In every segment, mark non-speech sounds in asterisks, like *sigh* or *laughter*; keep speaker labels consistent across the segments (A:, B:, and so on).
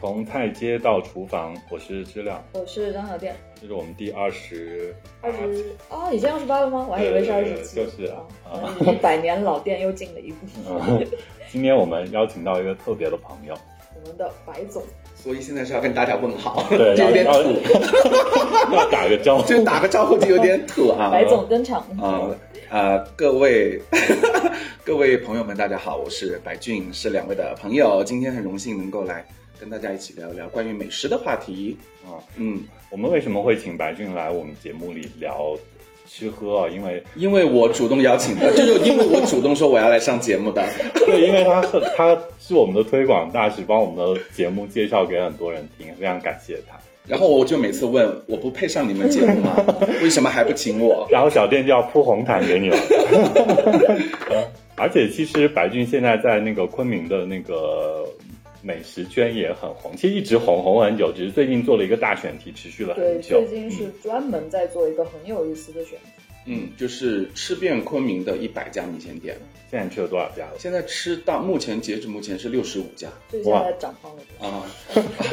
A: 从菜街到厨房，我是知了，
B: 我是张小店，
A: 这是我们第二十
B: 二十啊，已经二十八了吗？我还以为是二十七，
A: 就是啊
B: 啊，一百年老店又进了一步。 *laughs*
A: 嗯今天我们邀请到一个特别的朋友，
B: 我们的白总，
C: 所以现在是要跟大家问好， *laughs*
A: 对，
C: 就有点
A: 要
C: 土，
A: *laughs* 要打个招呼，
C: 就打个招呼就有点土啊。
B: 呃白总登场。
C: 啊呃，各位 *laughs* 各位朋友们，大家好，我是白俊，是两位的朋友，今天很荣幸能够来跟大家一起聊一聊关于美食的话题。
A: 嗯
C: 嗯，
A: 我们为什么会请白俊来我们节目里聊吃喝啊？因为
C: 因为我主动邀请的，这就是因为我主动说我要来上节目的。
A: 对，因为他是他是我们的推广大使，帮我们的节目介绍给很多人听，非常感谢他。
C: 然后我就每次问，我不配上你们节目吗？
B: *laughs*
C: 为什么还不请我？
A: 然后小店就要铺红毯给你了。 *laughs* 而且其实白俊现在在那个昆明的那个美食圈也很红，其实一直红红很久，只是最近做了一个大选题，持续了
B: 对，
A: 很久
B: 最。近是专门在做一个很有意思的选题，
C: 嗯，就是吃遍昆明的一百家米线店，
A: 现在去了多少家了？
C: 现在吃到目前截止目前是六十五家。
B: 最近在长胖了。
C: 啊，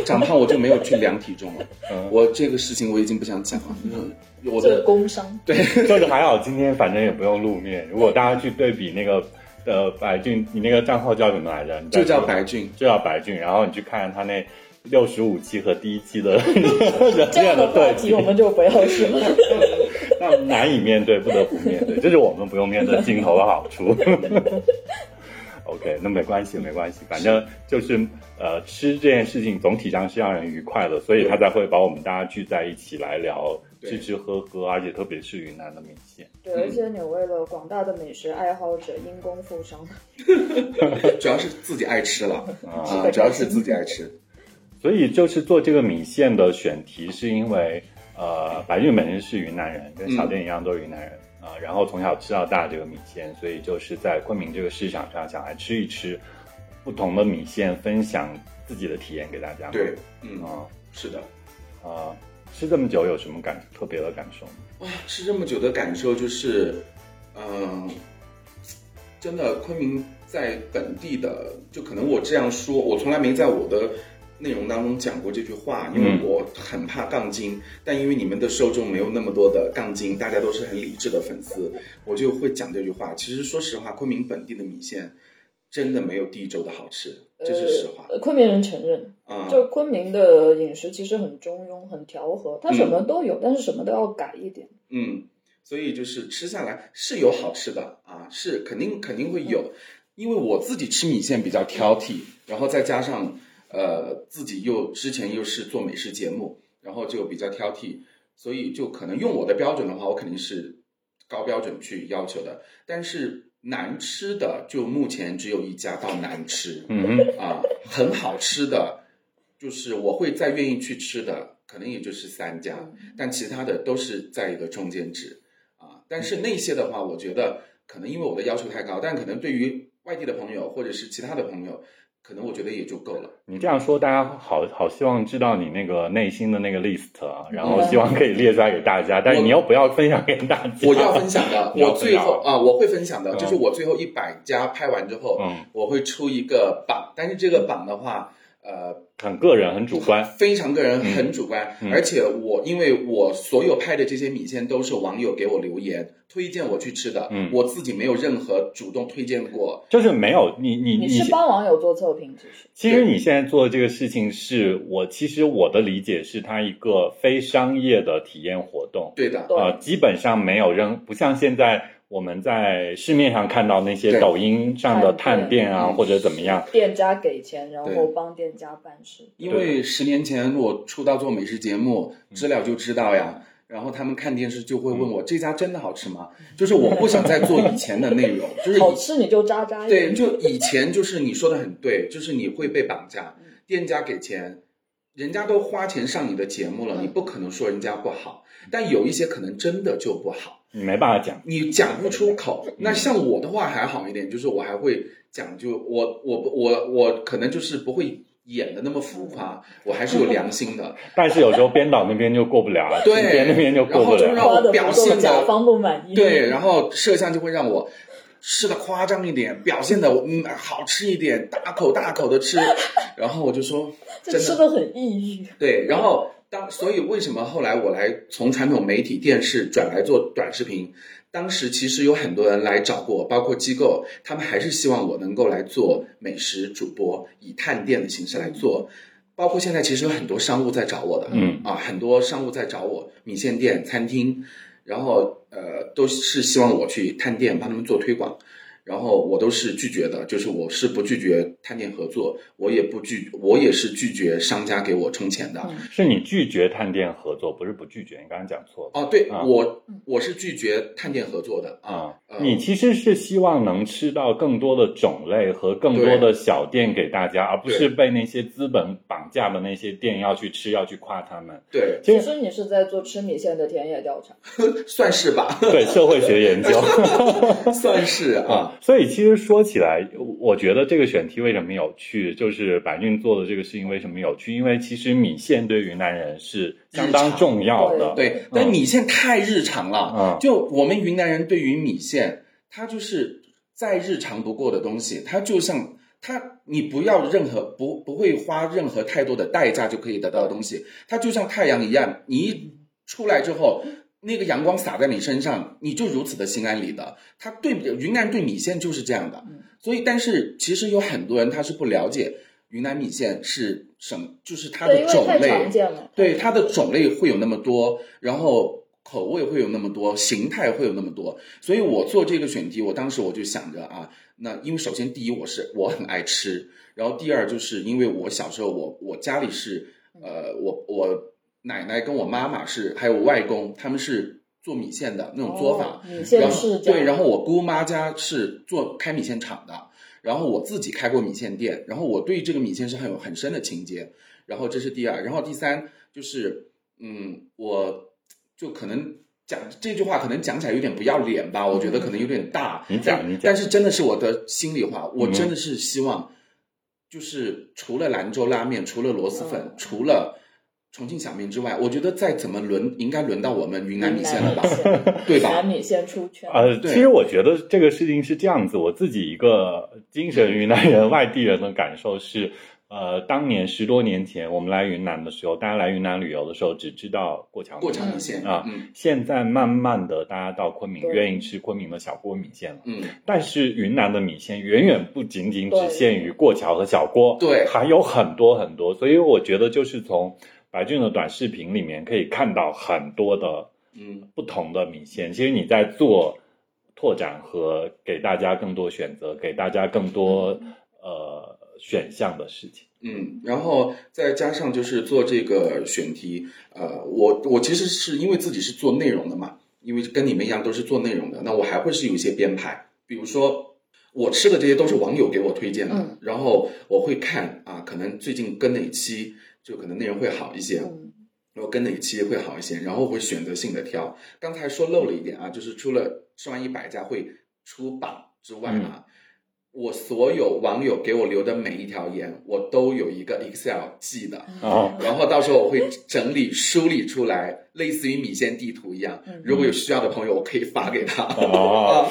C: 长胖我就没有去量体重了。
A: 嗯，
C: 我这个事情我已经不想讲了，嗯，我
B: 这个
C: 的
B: 工伤，
C: 对，
A: 就是还好，今天反正也不用露面。如果大家去对比那个呃白俊，你那个账号叫什么来着？你再
C: 就叫
A: 说
C: 白俊。
A: 就叫白俊，然后你去看他那六十五期和第一期的 *laughs* 人
B: 这
A: 面
B: 样的
A: 的
B: 话
A: 对
B: 题
A: 比
B: 我，们就不要说了。
A: *laughs* 那难以面对，不得不面对，这是我们不用面对镜头的好处。OK，那没关系，没关系，反正就是呃，吃这件事情总体上是让人愉快的，所以他才会把我们大家聚在一起来聊
C: 对
A: 吃吃喝喝，而且特别是云南的米线。
B: 对，而且你为了广大的美食爱好者因公负伤，
C: 主要是自己爱吃了
A: 啊
C: 啊，主要是自己爱吃。
A: 所以就是做这个米线的选题，是因为呃，白俊本身是云南人，跟小店一
C: 嗯
A: 样都是云南人啊、然后从小吃到大这个米线，所以就是在昆明这个市场上想来吃一吃不同的米线，分享自己的体验给大家。
C: 对，嗯，
A: 啊
C: 是的。
A: 啊、吃这么久有什么感特别的感受吗？
C: 哇，吃这么久的感受就是，嗯、真的，昆明在本地的，就可能我这样说，我从来没在我的内容当中讲过这句话，因为
A: 嗯
C: 我很怕杠精。但因为你们的受众没有那么多的杠精，大家都是很理智的粉丝，我就会讲这句话。其实说实话，昆明本地的米线真的没有第一州的好吃，这是实话。
B: 呃，昆明人承认，
C: 啊、
B: 就昆明的饮食其实很中庸、很调和，它什么都有，但是什么都要改一点。
C: 嗯，所以就是吃下来是有好吃的啊，是肯定肯定会有，因为我自己吃米线比较挑剔，然后再加上呃自己又之前又是做美食节目，然后就比较挑剔，所以就可能用我的标准的话，我肯定是高标准去要求的，但是难吃的就目前只有一家到难吃，
A: 嗯
C: 啊，很好吃的，就是我会再愿意去吃的，可能也就是三家，
B: 嗯
C: 但其他的都是在一个中间值啊。但
A: 嗯
C: 是那些的话，我觉得可能因为我的要求太高，但可能对于外地的朋友或者是其他的朋友，可能我觉得也就够了。
A: 你这样说，大家好好希望知道你那个内心的那个 list 啊，
C: 嗯
A: 然后希望可以列出来给大家，但是你又不要分享给大家。
C: 我要分享的，
A: 你 *laughs* 要
C: 我
A: 分
C: 最
A: 享
C: 后啊，我会分享的，
A: 嗯
C: 就是我最后一百家拍完之后，
A: 嗯
C: 我会出一个榜，但是这个榜的话，呃，
A: 很个人，很主观。
C: 非常个人，很主观。
A: 嗯
C: 而且我因为我所有拍的这些米线都是网友给我留言推荐我去吃的，
A: 嗯
C: 我自己没有任何主动推荐过。
A: 就是没有你你
B: 你是帮网友做测评，其实
A: 其实你现在做的这个事情是，我其实我的理解是它一个非商业的体验活动，
C: 对的，
B: 对
A: 呃，基本上没有任不像现在我们在市面上看到那些
C: 对
A: 抖音上的探
B: 探店
A: 店啊
C: 嗯
A: 或者怎么样，
B: 店家给钱，然后
C: 对
B: 帮店家办事。
C: 因为十年前我出道做美食节目，知了就知道呀。然后他们看电视就会问我、这家真的好吃吗？就是我不想再做以前的内容，就是
B: 好
C: 以
B: 吃你就扎扎
C: 对，
B: 眼，
C: 就以前就是你说的很对，就是你会被绑架，店家给钱，人家都花钱上你的节目了，你不可能说人家不好，但有一些可能真的就不好，
A: 你没办法讲。
C: 你讲不出口。那像我的话还好一点，就是我还会讲究，我我我我可能就是不会演的那么浮夸，我还是有良心的。
A: 但是有时候编导那边就过不了啊，
C: 对
A: 制片那边就过不
C: 然后就
A: 了。
C: 让
B: 花的
C: 我
B: 不
C: 表
B: 够，
C: 现的
B: 甲方不满意。
C: 对，然后摄像就会让我吃的夸张一点，表现的嗯好吃一点，大口大口的吃，然后我就说
B: 这
C: 真的
B: 吃的很抑郁。
C: 对，然后当所以为什么后来我来从传统媒体电视转来做短视频？当时其实有很多人来找过，包括机构，他们还是希望我能够来做美食主播，以探店的形式来做。包括现在其实有很多商务在找我的，
A: 嗯
C: 啊，很多商务在找我，米线店、餐厅，然后呃都是希望我去探店帮他们做推广。然后我都是拒绝的，就是我是不拒绝探店合作，我也不拒，我也是拒绝商家给我充钱的。
B: 嗯
A: 是你拒绝探店合作，不是不拒绝，你刚刚讲错了。
C: 哦，对、
A: 啊
C: 我我是拒绝探店合作的啊。
A: 啊、
C: 呃
A: 你其实是希望能吃到更多的种类和更多的小店给大家，而不是被那些资本绑架的那些店要去吃，要去夸他们。
C: 对，
A: 其
B: 其
A: 实
B: 实你是在做吃米线的田野调查，
C: 算是吧， *laughs*
A: 对社会学研究
C: 算是 *laughs* 啊。
A: 啊， *laughs* 所以其实说起来，我觉得这个选题为什么有趣，就是白俊做的这个事情为什么有趣，因为其实米线对云南人是相当重要的。
C: 啊对，但米线太日常了，
A: 嗯
C: 就我们云南人对于米线，它就是再日常不过的东西，它就像。它，你不要任何不不会花任何太多的代价就可以得到的东西，它就像太阳一样，你一出来之后，那个阳光洒在你身上，你就如此的心安理得。它对云南对米线就是这样的，
B: 嗯
C: 所以但是其实有很多人他是不了解云南米线是什么，就是它
B: 对，
C: 的
B: 因为
C: 种
B: 太
C: 类，
B: 常见了。
C: 对，它的种类会有那么多，然后口味会有那么多，形态会有那么多，所以我做这个选题，我当时我就想着啊，那因为首先第一我是我很爱吃，然后第二就是因为我小时候我我家里是呃我我奶奶跟我妈妈是还有我外公他们是做米线的那种做法，
B: 哦米
C: 然
B: 线
C: 后
B: 是
C: 对，然后我姑妈家是做开米线厂的，然后我自己开过米线店，然后我对这个米线是很有很深的情结。然后这是第二，然后第三就是，嗯，我就可能讲这句话可能讲起来有点不要脸吧，我觉
B: 嗯
C: 得可能有点大。
A: 你讲
C: 但
A: 你讲
C: 但是真的是我的心里话，我
A: 嗯
C: 真的是希望，就是除了兰州拉面，除了螺蛳粉，
B: 嗯
C: 除了。重庆小面之外，我觉得再怎么轮，应该轮到我们云南米线了吧？ *laughs* 对
B: 云
C: 吧
B: 南米线出圈，
A: 呃，
C: 对
A: 其实我觉得这个事情是这样子，我自己一个精
C: 嗯
A: 神云南人、 *laughs* 外地人的感受是，呃，当年十多年前我们来云南的时候，大家来云南旅游的时候只知道过桥
C: 过桥米
B: 嗯
C: 线
A: 啊
C: 嗯
A: 现在慢慢的，大家到昆明
B: 对
A: 愿意吃昆明的小锅米线了。
C: 嗯，
A: 但是云南的米线远远不仅仅只
B: 对
A: 限于过桥和小锅，
C: 对
A: 还有很多很多。所以我觉得就是从白俊的短视频里面可以看到很多的
C: 嗯，
A: 不同的米线。其实你在做拓展和给大家更多选择，给大家更多呃选项的事情。
C: 嗯，然后再加上就是做这个选题，呃，我我其实是因为自己是做内容的嘛，因为跟你们一样都是做内容的，那我还会是有一些编排，比如说我吃的这些都是网友给我推荐的，
B: 嗯
C: 然后我会看啊，可能最近跟哪一期就可能内容会好一些，
B: 嗯，
C: 然后跟哪一期会好一些，然后会选择性的挑。刚才说漏了一点啊，就是除了吃完一百家会出榜之外啊，我所有网友给我留的每一条言，我都有一个 Excel 记的。
A: 哦
C: 然后到时候我会整理梳理出来，类似于米线地图一样
B: 嗯。
C: 如果有需要的朋友，我可以发给他。 *laughs*
A: 哦，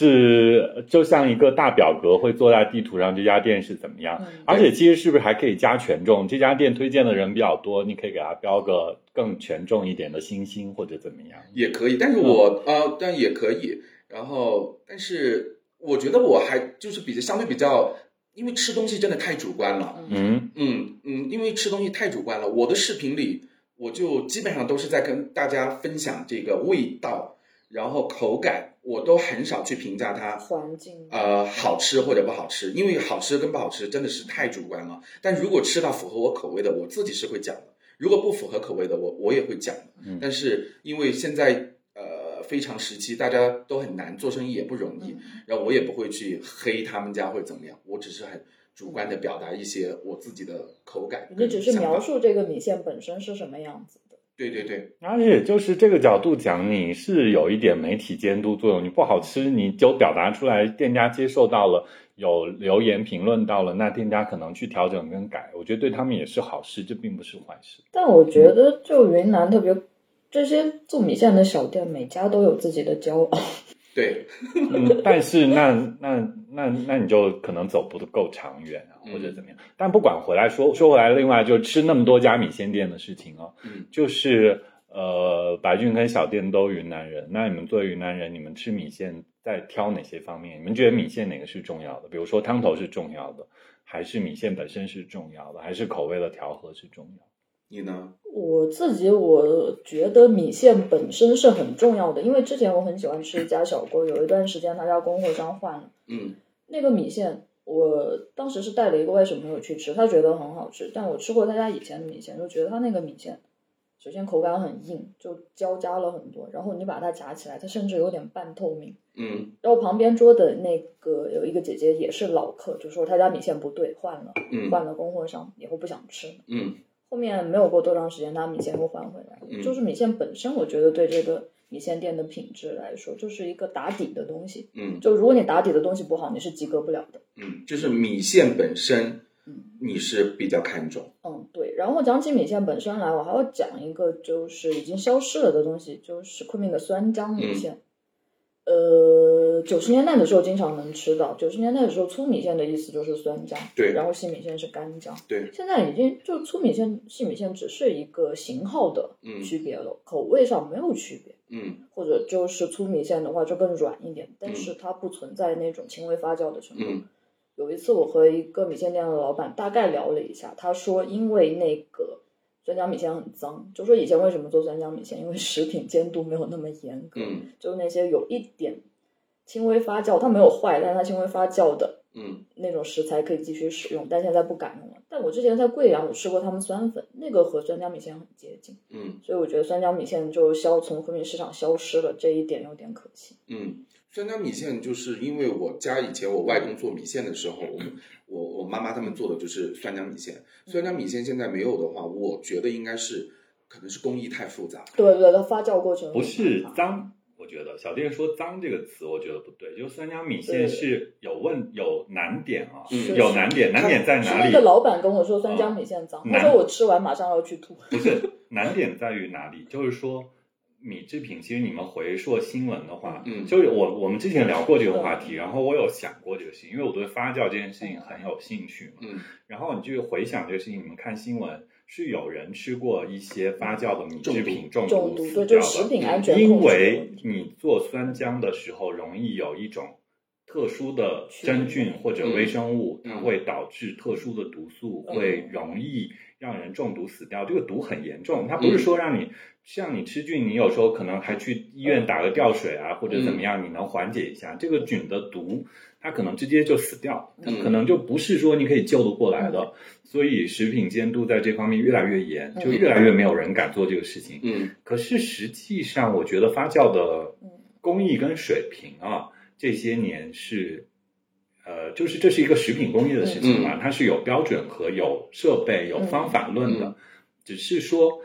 A: 是就像一个大表格会做在地图上，这家店是怎么样
B: 嗯？
A: 而且其实是不是还可以加权重？这家店推荐的人比较多，你可以给他标个更权重一点的星星或者怎么样？
C: 也可以，但是我呃，但也可以。然后，但是我觉得我还就是比较相对比较，因为吃东西真的太主观了。
A: 嗯，
C: 嗯嗯，因为吃东西太主观了。我的视频里，我就基本上都是在跟大家分享这个味道，然后口感，我都很少去评价它
B: 环境，
C: 呃好吃或者不好吃，因为好吃跟不好吃真的是太主观了。但如果吃到符合我口味的，我自己是会讲的；如果不符合口味的，我我也会讲的。
A: 嗯
C: 但是因为现在呃非常时期，大家都很难做生意，也不容易，
B: 嗯
C: 然后我也不会去黑他们家或者怎么样，我只是很主观的表达一些我自己的口感跟想法。
B: 你只是描述这个米线本身是什么样子的，
C: 对对对，
A: 而且就是这个角度讲，你是有一点媒体监督作用。你不好吃，你就表达出来，店家接受到了，有留言评论到了，那店家可能去调整跟改，我觉得对他们也是好事，这并不是坏事。
B: 但我觉得就云南特别。这些做米线的小店，每家都有自己的骄傲， *laughs*
C: 对，
A: 嗯，但是那那那那你就可能走不够长远啊，或者怎么样。但不管回来说说回来，另外就是吃那么多家米线店的事情哦，
C: 嗯
A: 就是呃，白俊跟小店都云南人，那你们作为云南人，你们吃米线在挑哪些方面？你们觉得米线哪个是重要的？比如说汤头是重要的，还是米线本身是重要的，还是口味的调和是重要的？
C: 你呢？
B: 我自己我觉得米线本身是很重要的，因为之前我很喜欢吃一家小锅，有一段时间他家供货商换了
C: 嗯
B: 那个米线，我当时是带了一个外省朋友去吃，他觉得很好吃，但我吃过他家以前的米线，就觉得他那个米线，首先口感很硬，就交加了很多，然后你把它夹起来，它甚至有点半透明。
C: 嗯
B: 然后旁边桌的那个有一个姐姐也是老客，就说她家米线不对，换了
C: 嗯
B: 换了供货商，以后不想吃了。
C: 嗯
B: 后面没有过多长时间，他米线又换回来了。
C: 嗯
B: 就是米线本身，我觉得对这个米线店的品质来说，就是一个打底的东西。
C: 嗯
B: 就如果你打底的东西不好，你是及格不了的。
C: 嗯，就是米线本身
B: 嗯，
C: 你是比较看重。
B: 嗯，对。然后讲起米线本身来，我还要讲一个就是已经消失了的东西，就是昆明的酸浆
C: 嗯
B: 米线。呃，九十年代的时候经常能吃到。九十年代的时候，粗米线的意思就是酸浆，
C: 对
B: 然后细米线是干浆，
C: 对。
B: 现在已经就粗米线、细米线只是一个型号的
C: 嗯
B: 区别了，口味上没有区别。
C: 嗯
B: 或者就是粗米线的话就更软一点，但是它不存在那种轻微发酵的程度。
C: 嗯
B: 有一次我和一个米线店的老板大概聊了一下，他说因为那个酸浆米线很脏，就说以前为什么做酸浆米线，因为食品监督没有那么严格，
C: 嗯
B: 就是那些有一点轻微发酵，它没有坏，但是它轻微发酵的
C: 嗯
B: 那种食材可以继续使用，但现在不敢用了。但我之前在贵阳我吃过他们酸粉，那个和酸浆米线很接近。
C: 嗯
B: 所以我觉得酸浆米线就消从昆明市场消失了，这一点有点可惜。
C: 嗯，酸浆米线就是因为我家以前我外公做米线的时候，我我我妈妈他们做的就是酸浆米线。
B: 嗯
C: 酸浆米线现在没有的话，我觉得应该是可能是工艺太复杂。
B: 对对，它发酵过程
A: 不是
B: 很麻烦
A: 脏，我觉得小店说“脏”这个词，我觉得不对。就是酸浆米线
B: 对
A: 是有问有难点啊，
C: 嗯
A: 有难点，难点在
B: 是
A: 哪
B: 那
A: 里
B: 个？老板跟我说酸浆米线脏，他
A: 难
B: 说我吃完马上要去吐。
A: 不是难点在于哪里？就是说米制品，其实你们回溯新闻的话，
C: 嗯
A: 就是我我们之前聊过这个话
B: 嗯
A: 题，然后我有想过这个事情，因为我对发酵这件事情很有兴趣嘛。
C: 嗯，
A: 然后你就回想这个事情，你们看新闻是有人吃过一些发酵的米制品中
B: 中
A: 毒
B: 毒对，
A: 死
B: 就
A: 掉
B: 是食
A: 的。
B: 品安全控制
A: 因
B: 的
A: 为
B: 问题
A: 你做酸浆的时候，容易有一种特殊的真菌或者微生物，
C: 嗯
A: 它会导致特殊的毒素，
B: 嗯
A: 会容易让人中毒死掉。这个毒很严重，它
B: 嗯
A: 不是说让你像你吃菌，你有时候可能还去医院打个吊水啊，或
B: 嗯
A: 者怎么样，你能缓解一下。这个菌的毒，它可能直接就死掉，它
C: 嗯
A: 可能就不是说你可以救得过来的。所以食品监督在这方面越来越严，就
B: 嗯
A: 越来越没有人敢做这个事情。
C: 嗯
A: 可是实际上，我觉得发酵的
B: 嗯
A: 工艺跟水平啊，这些年是，呃，就是这是一个食品工业的事情
C: 嗯
A: 嘛，它是有标准和有设备、有方法论的，
C: 嗯
A: 只是说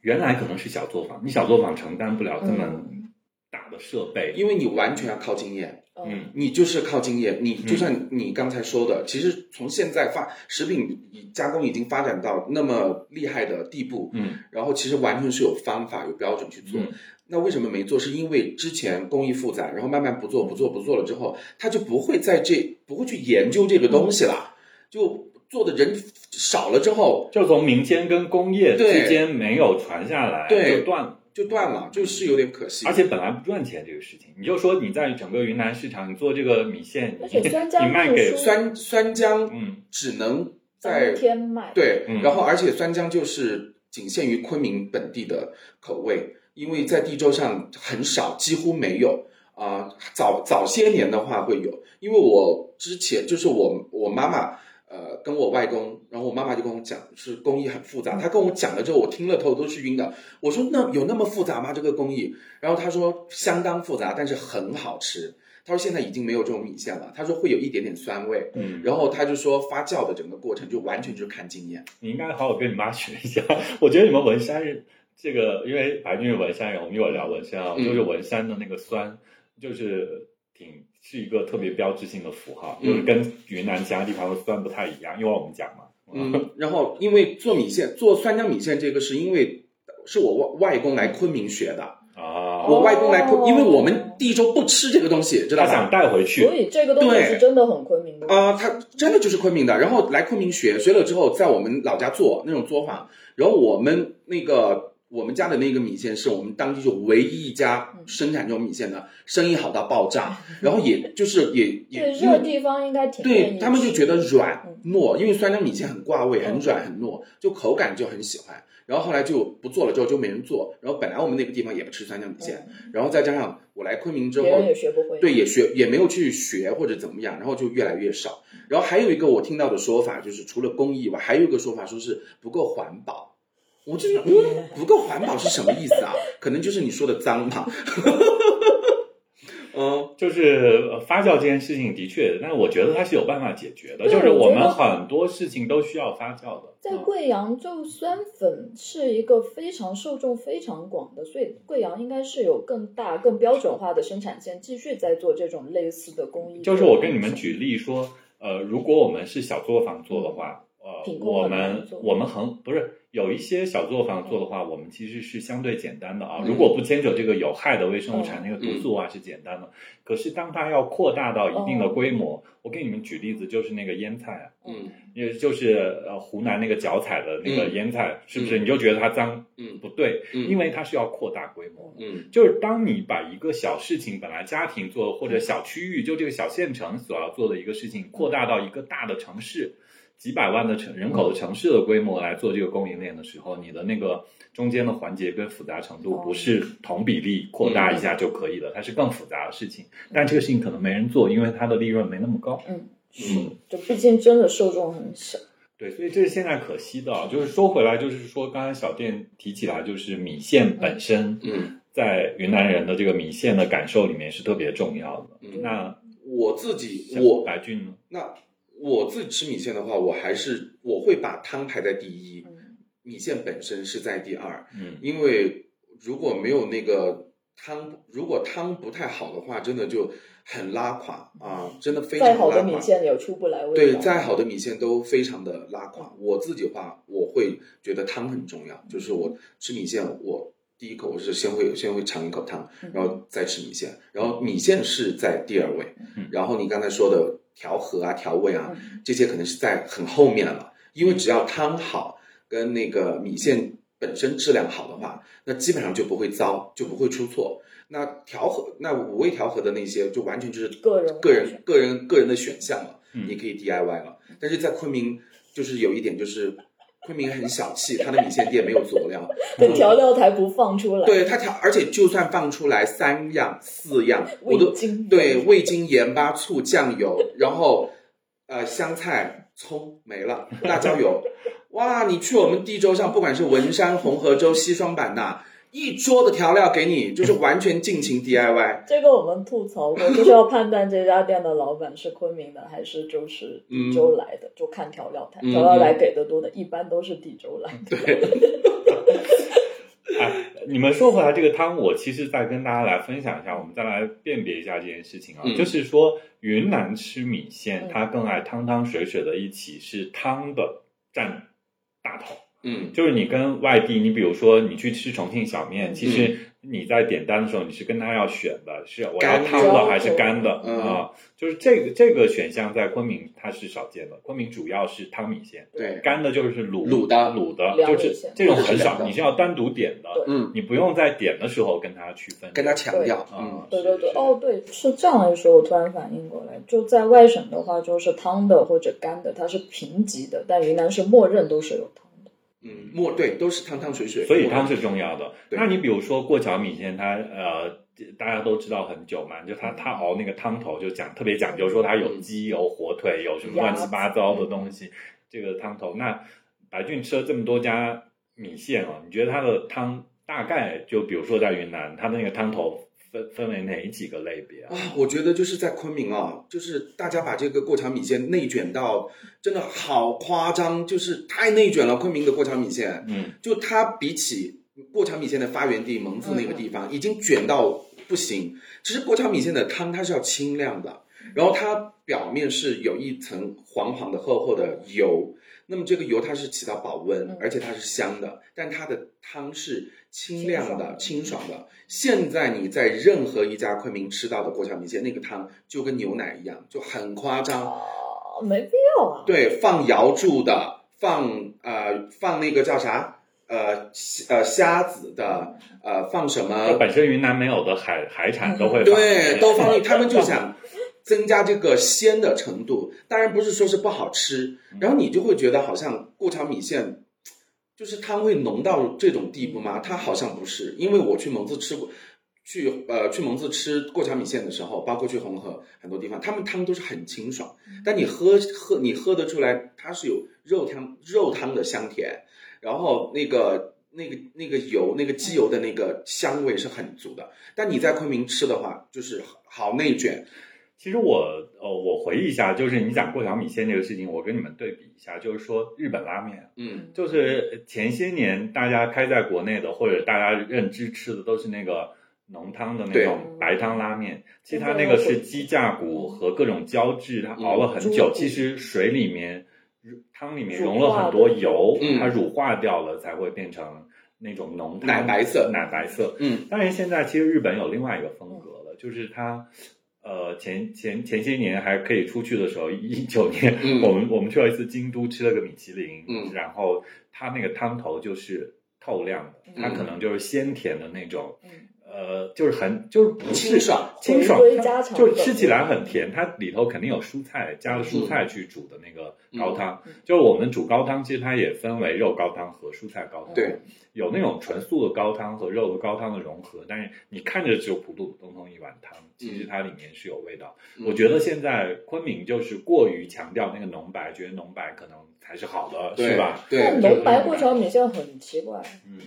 A: 原来可能是小作坊，你小作坊承担不了这么
B: 嗯
A: 大的设备，
C: 因为你完全要靠经验。
A: 嗯
C: 你就是靠经验，你就像你刚才说的，其实从现在发食品已加工已经发展到那么厉害的地步，
A: 嗯
C: 然后其实完全是有方法、有标准去做。
A: 嗯
C: 那为什么没做？是因为之前工艺复杂，然后慢慢不做、不做、不做了之后，他就不会在这不会去研究这个东
A: 嗯
C: 西了，就做的人少了之后
A: 就从民间跟工业
C: 对
A: 之间没有传下来，
C: 对
A: 就断了。
C: 就断了，就是有点可惜。
A: 而且本来不赚钱这个事情，你就说你在整个云南市场，你做这个米线，
B: 而
A: 你
B: 且酸浆
A: *laughs* 你卖给
B: 就是
C: 酸酸浆
A: 嗯。
C: 只能在
B: 当天卖，
C: 对，
A: 嗯
C: 然后而且酸浆就是仅限于昆明本地的口味，因为在地州上很少，几乎没有。啊、早早些年的话会有，因为我之前就是我我妈妈，呃，跟我外公，然后我妈妈就跟我讲，是工艺很复杂。她跟我讲了之后，我听了头都是晕的。我说那有那么复杂吗？这个工艺？然后她说相当复杂，但是很好吃。她说现在已经没有这种米线了，她说会有一点点酸味，
A: 嗯，
C: 然后他就说发酵的整个过程就完全就是看经验。
A: 你应该好好跟你妈学一下。 *laughs* 我觉得你们文山人这个，因为白俊是文山人，我们一会儿聊文山啊，
C: 嗯
A: 就是文山的那个酸，就是挺是一个特别标志性的符号，
C: 嗯
A: 就是跟云南其他地方的酸不太一样，因为我们讲嘛，
C: 嗯，然后因为做米线，做酸浆米线这个是因为是我外外公来昆明学的
A: 啊，哦
C: 我外公来昆，因为我们第一周不吃这个东西，知道
A: 他
C: 吧？
A: 想带回去
B: 所，以这个东西
C: 对
B: 是真的很昆明的。
C: 啊、他真的就是昆明的，然后来昆明学，学了之后在我们老家做那种作坊，然后我们那个我们家的那个米线是我们当地就唯一一家生产这种米线的，生意好到爆炸，然后也就是也也
B: 对，
C: 因
B: 热
C: 为
B: 地方应该挺愿
C: 对
B: 意
C: 他们就
B: 吃
C: 觉得软
B: 嗯
C: 糯，因为酸浆米线很挂味，很
B: 嗯
C: 软很糯，就口感就很喜欢。然后后来就不做了，之后就没人做。然后本来我们那个地方也不吃酸浆米线，然后再加上我来昆明之
B: 嗯
C: 后，
B: 别人也学不会。
C: 对，也学也没有去学或者怎么样，然后就越来越少。
B: 嗯
C: 然后还有一个我听到的说法，就是除了公益以外，还有一个说法说是不够环保。我就是嗯，不够环保是什么意思啊？可能就是你说的脏吧。 *laughs* 嗯，
A: 就是呃发酵这件事情的确，但我觉得它是有办法解决的，
B: 对
A: 就是
B: 我觉
A: 们
B: 得
A: 很多事情都需要发酵的。
B: 在
A: 嗯
B: 贵阳，就酸粉是一个非常受众非常广的，所以贵阳应该是有更大、更标准化的生产线，继续在做这种类似的工艺。
A: 就是我跟你们举例说，呃，如果我们是小作坊做的话，呃
B: 品，控
A: 我
B: 很难
A: 们
B: 做
A: 我们很不是有一些小作坊做的话，我们其实是相对简单的啊。
C: 嗯
A: 如果不牵扯这个有害的微
B: 嗯
A: 生物产那个毒素啊，是简单的。可是当它要扩大到一定
B: 哦
A: 的规模，我给你们举例子，就是那个腌菜啊，
C: 嗯
A: 也就是呃湖南那个脚踩的那个
C: 嗯
A: 腌菜，是不是你就觉得它脏？
C: 嗯
A: 不对，
C: 嗯
A: 因为它是要扩大规模的。
C: 嗯
A: 就是当你把一个小事情，本来家庭做
C: 嗯
A: 或者小区域，就这个小县城所要做的一个事情，扩大到一个大的城市，几百万的城人口的城市的规模来做这个供应链的时候，你的那个中间的环节跟复杂程度
B: 哦
A: 不是同比例扩大一
C: 嗯
A: 下就可以了，它是更复杂的事情。但这个事情可能没人做，因为它的利润没那么高。
B: 是，就毕竟真的受众很小。
A: 对，所以这是现在可惜的啊。就是说回来，就是说刚才小店提起来，就是米线本身，
C: 嗯，
A: 在云南人的这个米线的感受里面是特别重要的。
C: 嗯
A: 那
C: 我自己
A: 像
C: 我
A: 白俊呢？
C: 那我自己吃米线的话，我还是我会把汤排在第一，
B: 嗯
C: 米线本身是在第二。
A: 嗯，
C: 因为如果没有那个汤，如果汤不太好的话，真的就很拉垮啊，真的非常
B: 再
C: 拉垮。
B: 好的米线也出不来味道。
C: 对，再好的米线都非常的拉垮。我自己的话，我会觉得汤很重要，就是我吃米线，我第一口我是先会先会尝一口汤，然后再吃米线，然后米线是在第二位
A: 嗯，
C: 然后你刚才说的调和啊、调味啊
B: 嗯，
C: 这些可能是在很后面了，因为只要汤好跟那个米线本身质量好的话，那基本上就不会糟，就不会出错。那调和，那五味调和的那些，就完全就是
B: 个人
C: 个人个人个人的选项了，
A: 嗯
C: 你可以 DIY 了。但是在昆明，就是有一点就是，昆明很小气，它的米线店没有佐料，
B: 的调料台不放出来，
C: 嗯对它调，而且就算放出来三样四样，
B: 味
C: 我都
B: 精
C: 对味精、盐巴、醋、酱油，然后呃香菜、葱没了，辣
B: *laughs*
C: 椒油。哇，你去我们地州上，不管是文山、红河州、西双版纳，一桌的调料给你，就是完全尽情 DIY。
B: 这个我们吐槽
C: *laughs*
B: 过，就是要判断这家店的老板是昆明的还是就是
C: 嗯
B: 地州来的，就看调料台，
C: 嗯
B: 调料台给的多的，一般都是地州来的。
A: 哎，你们说回来这个汤，我其实再跟大家来分享一下，我们再来辨别一下这件事情啊，
C: 嗯
A: 就是说云南吃米线，
B: 嗯
A: 它更爱汤汤水水的一起是汤的占大头。
C: 嗯
A: 就是你跟外地，你比如说你去吃重庆小面，
B: 嗯
A: 其实你在点单的时候，你是跟他要选的，是我要
C: 干
A: 汤的还是干的
C: 嗯
A: 啊？就是这个这个选项在昆明它是少见的，昆明主要是汤米线，
C: 对
A: 干的就是卤
C: 卤的
A: 卤的，
B: 凉
A: 就
B: 米
A: 是
B: 线
A: 这种
C: 或者是
A: 很
C: 凉
A: 少，
C: 的
A: 你是要单独点的，
B: 对
C: 嗯，
A: 你不用在点的时候跟他区分，
C: 跟他强调，嗯。
A: 啊，
B: 对
A: 是
B: 对对，
A: 是
B: 哦对，是这样的时候，我突然反应过来，就在外省的话，就是汤的或者干的，它是平级的，但云南是默认都是有汤的。
C: 嗯，墨对都是汤汤水水，
A: 所以汤
C: 水
A: 是重要的。
C: 对
A: 那你比如说过桥米线，它呃大家都知道很久嘛，就它
C: 嗯
A: 它熬那个汤头就讲特别讲究，说它有鸡有火腿有什么乱七八糟的
C: 嗯
A: 东西，这个汤头。那白俊吃了这么多家米线哦，你觉得它的汤大概就比如说在云南，它的那个汤头分分为哪几个类别啊？
C: 啊，我觉得就是在昆明啊，就是大家把这个过桥米线内卷到真的好夸张，就是太内卷了。昆明的过桥米线，
A: 嗯，
C: 就它比起过桥米线的发源地
B: 嗯
C: 蒙自那个地方，已经卷到不行。其实过桥米线的汤它是要清亮的，然后它表面是有一层黄黄的、厚厚的油，那么这个油它是起到保温
B: 嗯，
C: 而且它是香的，但它的汤是清
B: 清
C: 亮的、
B: 爽嗯
C: 清爽的。现在你在任何一家昆明吃到的过桥米线，那个汤就跟牛奶一样，就很夸张。
B: 啊，没必要啊。
C: 对，放瑶柱的，放呃放那个叫啥呃虾呃虾子的，呃放什么
A: 就本身云南没有的海海产都会放
C: 嗯对，都放进，他们就想增加这个鲜的程度。当然不是说是不好吃，然后你就会觉得好像过桥米线就是汤会浓到这种地步吗？它好像不是，因为我去蒙自吃过。去呃去蒙自吃过桥米线的时候，包括去红河很多地方，他们汤都是很清爽，但你喝喝你喝得出来，它是有肉汤肉汤的香甜，然后那个那个那个油那个鸡油的那个香味是很足的，但你在昆明吃的话，就是好内卷，
A: 其实我呃，我回忆一下，就是你讲过桥米线这个事情，我跟你们对比一下，就是说日本拉面，
C: 嗯，
A: 就是前些年大家开在国内的或者大家认知吃的都是那个浓汤的那种
B: 对
A: 白汤拉面，其实它那个是鸡架骨和各种胶质，它熬了很久，
B: 嗯
A: 其实水里面汤里面融了很多油，
C: 嗯
A: 它乳化掉了才会变成那种浓汤
C: 奶白色
A: 奶白色，
C: 嗯，
A: 当然，现在其实日本有另外一个风格了，就是它，呃，前前前些年还可以出去的时候，一九年，
C: 嗯
A: 我们我们去了一次京都，吃了个米其林，
C: 嗯
A: 然后它那个汤头就是透亮的，它
C: 嗯
A: 可能就是鲜甜的那种，
B: 嗯
A: 呃，就是很就是不
C: 清爽
A: 清爽
B: 回归，
A: 它
B: 家常
A: 就
B: 的
A: 吃起来很甜。它里头肯定有蔬菜，加了蔬菜去煮的那个高汤。
B: 嗯嗯
A: 就是我们煮高汤，其实它也分为肉高汤和蔬菜高汤。
C: 对，
A: 有那种纯素的高汤和肉的高汤的融合，但是你看着只有普普通通一碗汤，其
C: 嗯
A: 实它里面是有味道。我觉得现在昆明就是过于强调那个浓白，觉得浓白可能才是好的，
C: 对
A: 是吧？？
C: 嗯对
B: 但，
A: 就
B: 浓白过桥米线很奇怪，
A: 嗯，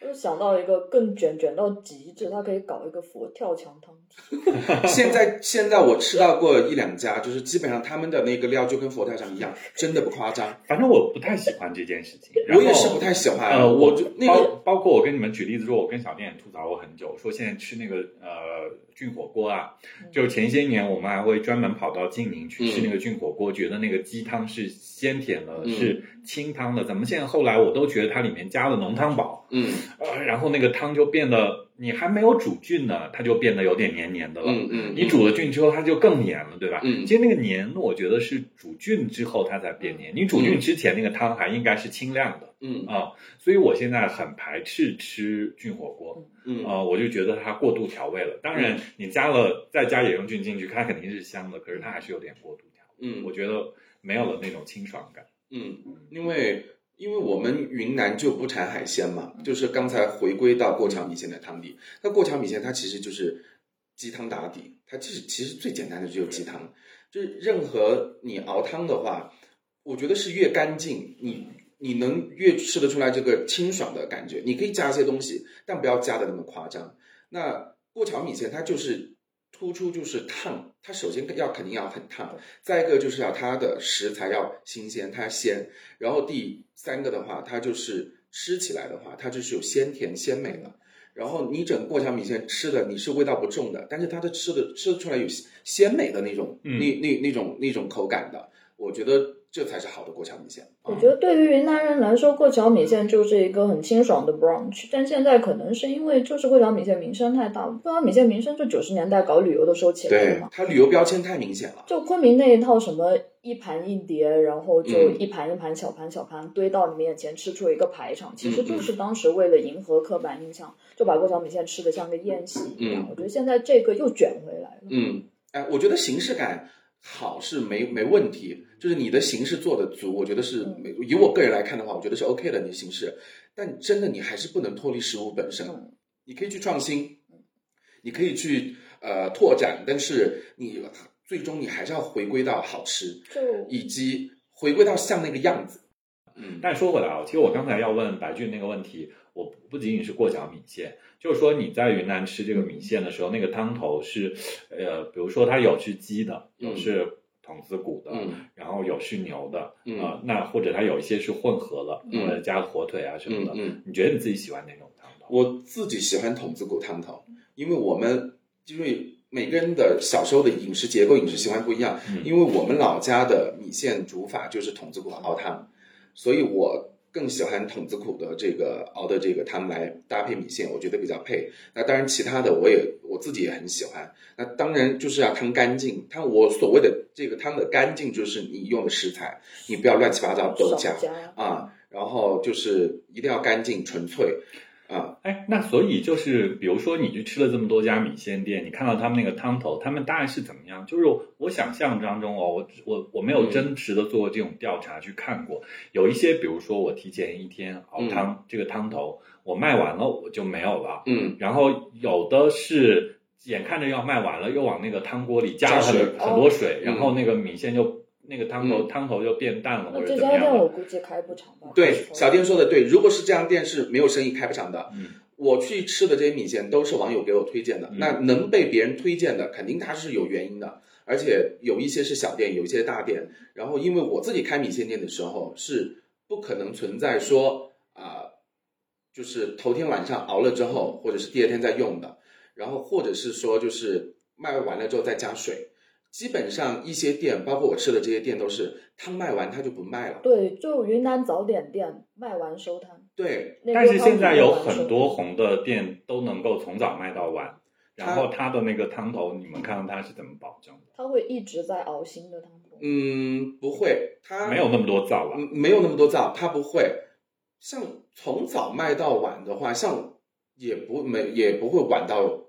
B: 我就想到一个更卷卷到极致，它可以搞一个佛跳墙汤嗯底。
A: *laughs*
C: 现在现在我吃到过一两家，就是基本上他们的那个料就跟佛跳墙一样，真的不夸张。
A: 反正我不太喜欢这件事情。然
C: 我
A: 后
C: 也是不太喜欢，
A: 呃，
C: 我
A: 我
C: 就那个
A: 包包括我跟你们举例子说，我跟小店也吐槽过很久，说现在吃那个呃菌火锅啊，就是前些年我们还会专门跑到晋宁去吃
C: 嗯
A: 那个菌火锅，觉得那个鸡汤是鲜甜的，
C: 嗯
A: 是清汤的。怎么现在后来我都觉得它里面加了浓汤宝，
C: 嗯
A: 呃，然后那个汤就变得你还没有煮菌呢，它就变得有点黏黏的了。
C: 嗯嗯，
A: 你煮了菌之后，它就更黏了，对吧？
C: 嗯
A: 其实那个黏，我觉得是煮菌之后它才变黏。你煮菌
C: 嗯
A: 之前那个汤还应该是清亮的，
C: 嗯
A: 啊、所以我现在很排斥吃菌火锅，
C: 嗯
A: 啊，我就觉得它过度调味了。当然，你加了再加野生菌进去，它肯定是香的，可是它还是有点过度调味。
C: 嗯
A: 我觉得没有了那种清爽感。
C: 嗯，因为因为我们云南就不产海鲜嘛，就是刚才回归到过桥米线的汤底，那过桥米线它其实就是鸡汤打底，它其实其实最简单的就是鸡汤，就是任何你熬汤的话，我觉得是越干净，你你能越吃得出来这个清爽的感觉。你可以加一些东西，但不要加的那么夸张。那过桥米线它就是突出就是烫，它首先要肯定要很烫，再一个就是要它的食材要新鲜，它鲜。然后第三个的话，它就是吃起来的话，它就是有鲜甜鲜美的。然后你整过桥米线吃的你是味道不重的，但是它的吃的吃得出来有鲜美的那种、
A: 嗯
C: 那那那种那种口感的，我觉得这才是好的过桥米线。啊
B: 我觉得
A: 嗯
B: 对于云南人来说，过桥米线就是一个很清爽的 brunch，但现在可能是因为就是过桥米线名声太大了，过桥米线名声就九十年代搞旅游的时候起来的
C: 对
B: 嘛。
C: 它旅游标签太明显了。
B: 就昆明那一套什么一盘一碟，然后就
C: 嗯
B: 一盘一盘、小盘小盘堆到你面前，吃出一个排场，其实
C: 嗯嗯
B: 就是当时为了迎合刻板印象，就把过桥米线吃的像个宴席一样
C: 嗯。
B: 我觉得现在这个又卷回来了。
C: 嗯，哎，我觉得形式感好是没没问题，就是你的形式做的足，我觉得是
B: 嗯
C: 没。以我个人来看的话，我觉得是 OK 的，你的形式，但真的你还是不能脱离食物本身。
B: 嗯
C: 你可以去创新，你可以去呃拓展，但是你最终你还是要回归到好吃，
B: 就
C: 以及回归到像那个样子。嗯，
A: 但说回来啊，其实我刚才要问白俊那个问题，我不不仅仅是过桥米线，就是说你在云南吃这个米线的时候，那个汤头是，呃，比如说它有是鸡的，有
C: 嗯
A: 是筒子骨的，
C: 嗯
A: 然后有是牛的，
C: 嗯
A: 呃，那或者它有一些是混合的，
C: 嗯
A: 或者加了火腿啊什么
C: 嗯
A: 的。
C: 嗯，
A: 你觉得你自己喜欢哪种汤头？
C: 我自己喜欢筒子骨汤头，因为我们因为每个人的小时候的饮食结构、饮食习惯不一样，因为我们老家的米线煮法就是筒子骨熬汤，所以我更喜欢筒子骨的这个熬的这个汤来搭配米线，我觉得比较配。那当然，其他的我也我自己也很喜欢。那当然就是要汤干净，汤我所谓的这个汤的干净就是你用的食材，你不要乱七八糟都
B: 少
C: 加
B: 加
C: 啊，然后就是一定要干净纯粹啊，
A: 哎，那所以就是，比如说你去吃了这么多家米线店，你看到他们那个汤头，他们大概是怎么样？就是我想象当中哦，我我我没有
C: 嗯
A: 真实的做过这种调查去看过，有一些，比如说我提前一天熬汤，这个汤头我卖完了我就没有了，
C: 嗯，
A: 然后有的是眼看着要卖完了，又往那个汤锅里加了
C: 加
A: 很
C: 水
A: 很多水，
C: 嗯
A: 然后那个米线就那个汤头、
C: 嗯
A: 汤头就变淡了或者
B: 那这
A: 怎么
B: 家店
A: 样
B: 我
A: 了？
B: 估计开不长吧？
C: 啊对，小
B: 店
C: 店说的对，如果是这样店是没有生意开不长的，
A: 嗯，
C: 我去吃的这些米线都是网友给我推荐的，
A: 嗯
C: 那能被别人推荐的，肯定它是有原因的，而且有一些是小店，有一些是大店。然后因为我自己开米线店的时候，是不可能存在说啊、就是头天晚上熬了之后，或者是第二天再用的，然后或者是说就是卖完了之后再加水。基本上一些店，包括我吃的这些店，都是汤卖完它就不卖了。
B: 对，就云南早点店卖完收摊，
C: 对，
B: 那
A: 但是
B: 锅汤
A: 现在
B: 底
A: 有
B: 卖完收
A: 很多
B: 摊
A: 红的店都能够从早卖到晚，然后它的那个汤头，你们看到它是怎么保证的？
B: 他会一直在熬新的汤头。
C: 嗯，不会，它
A: 没有那么多灶了，
C: 嗯，没有那么多灶，它不会。像从早卖到晚的话，像也不没也不会晚到，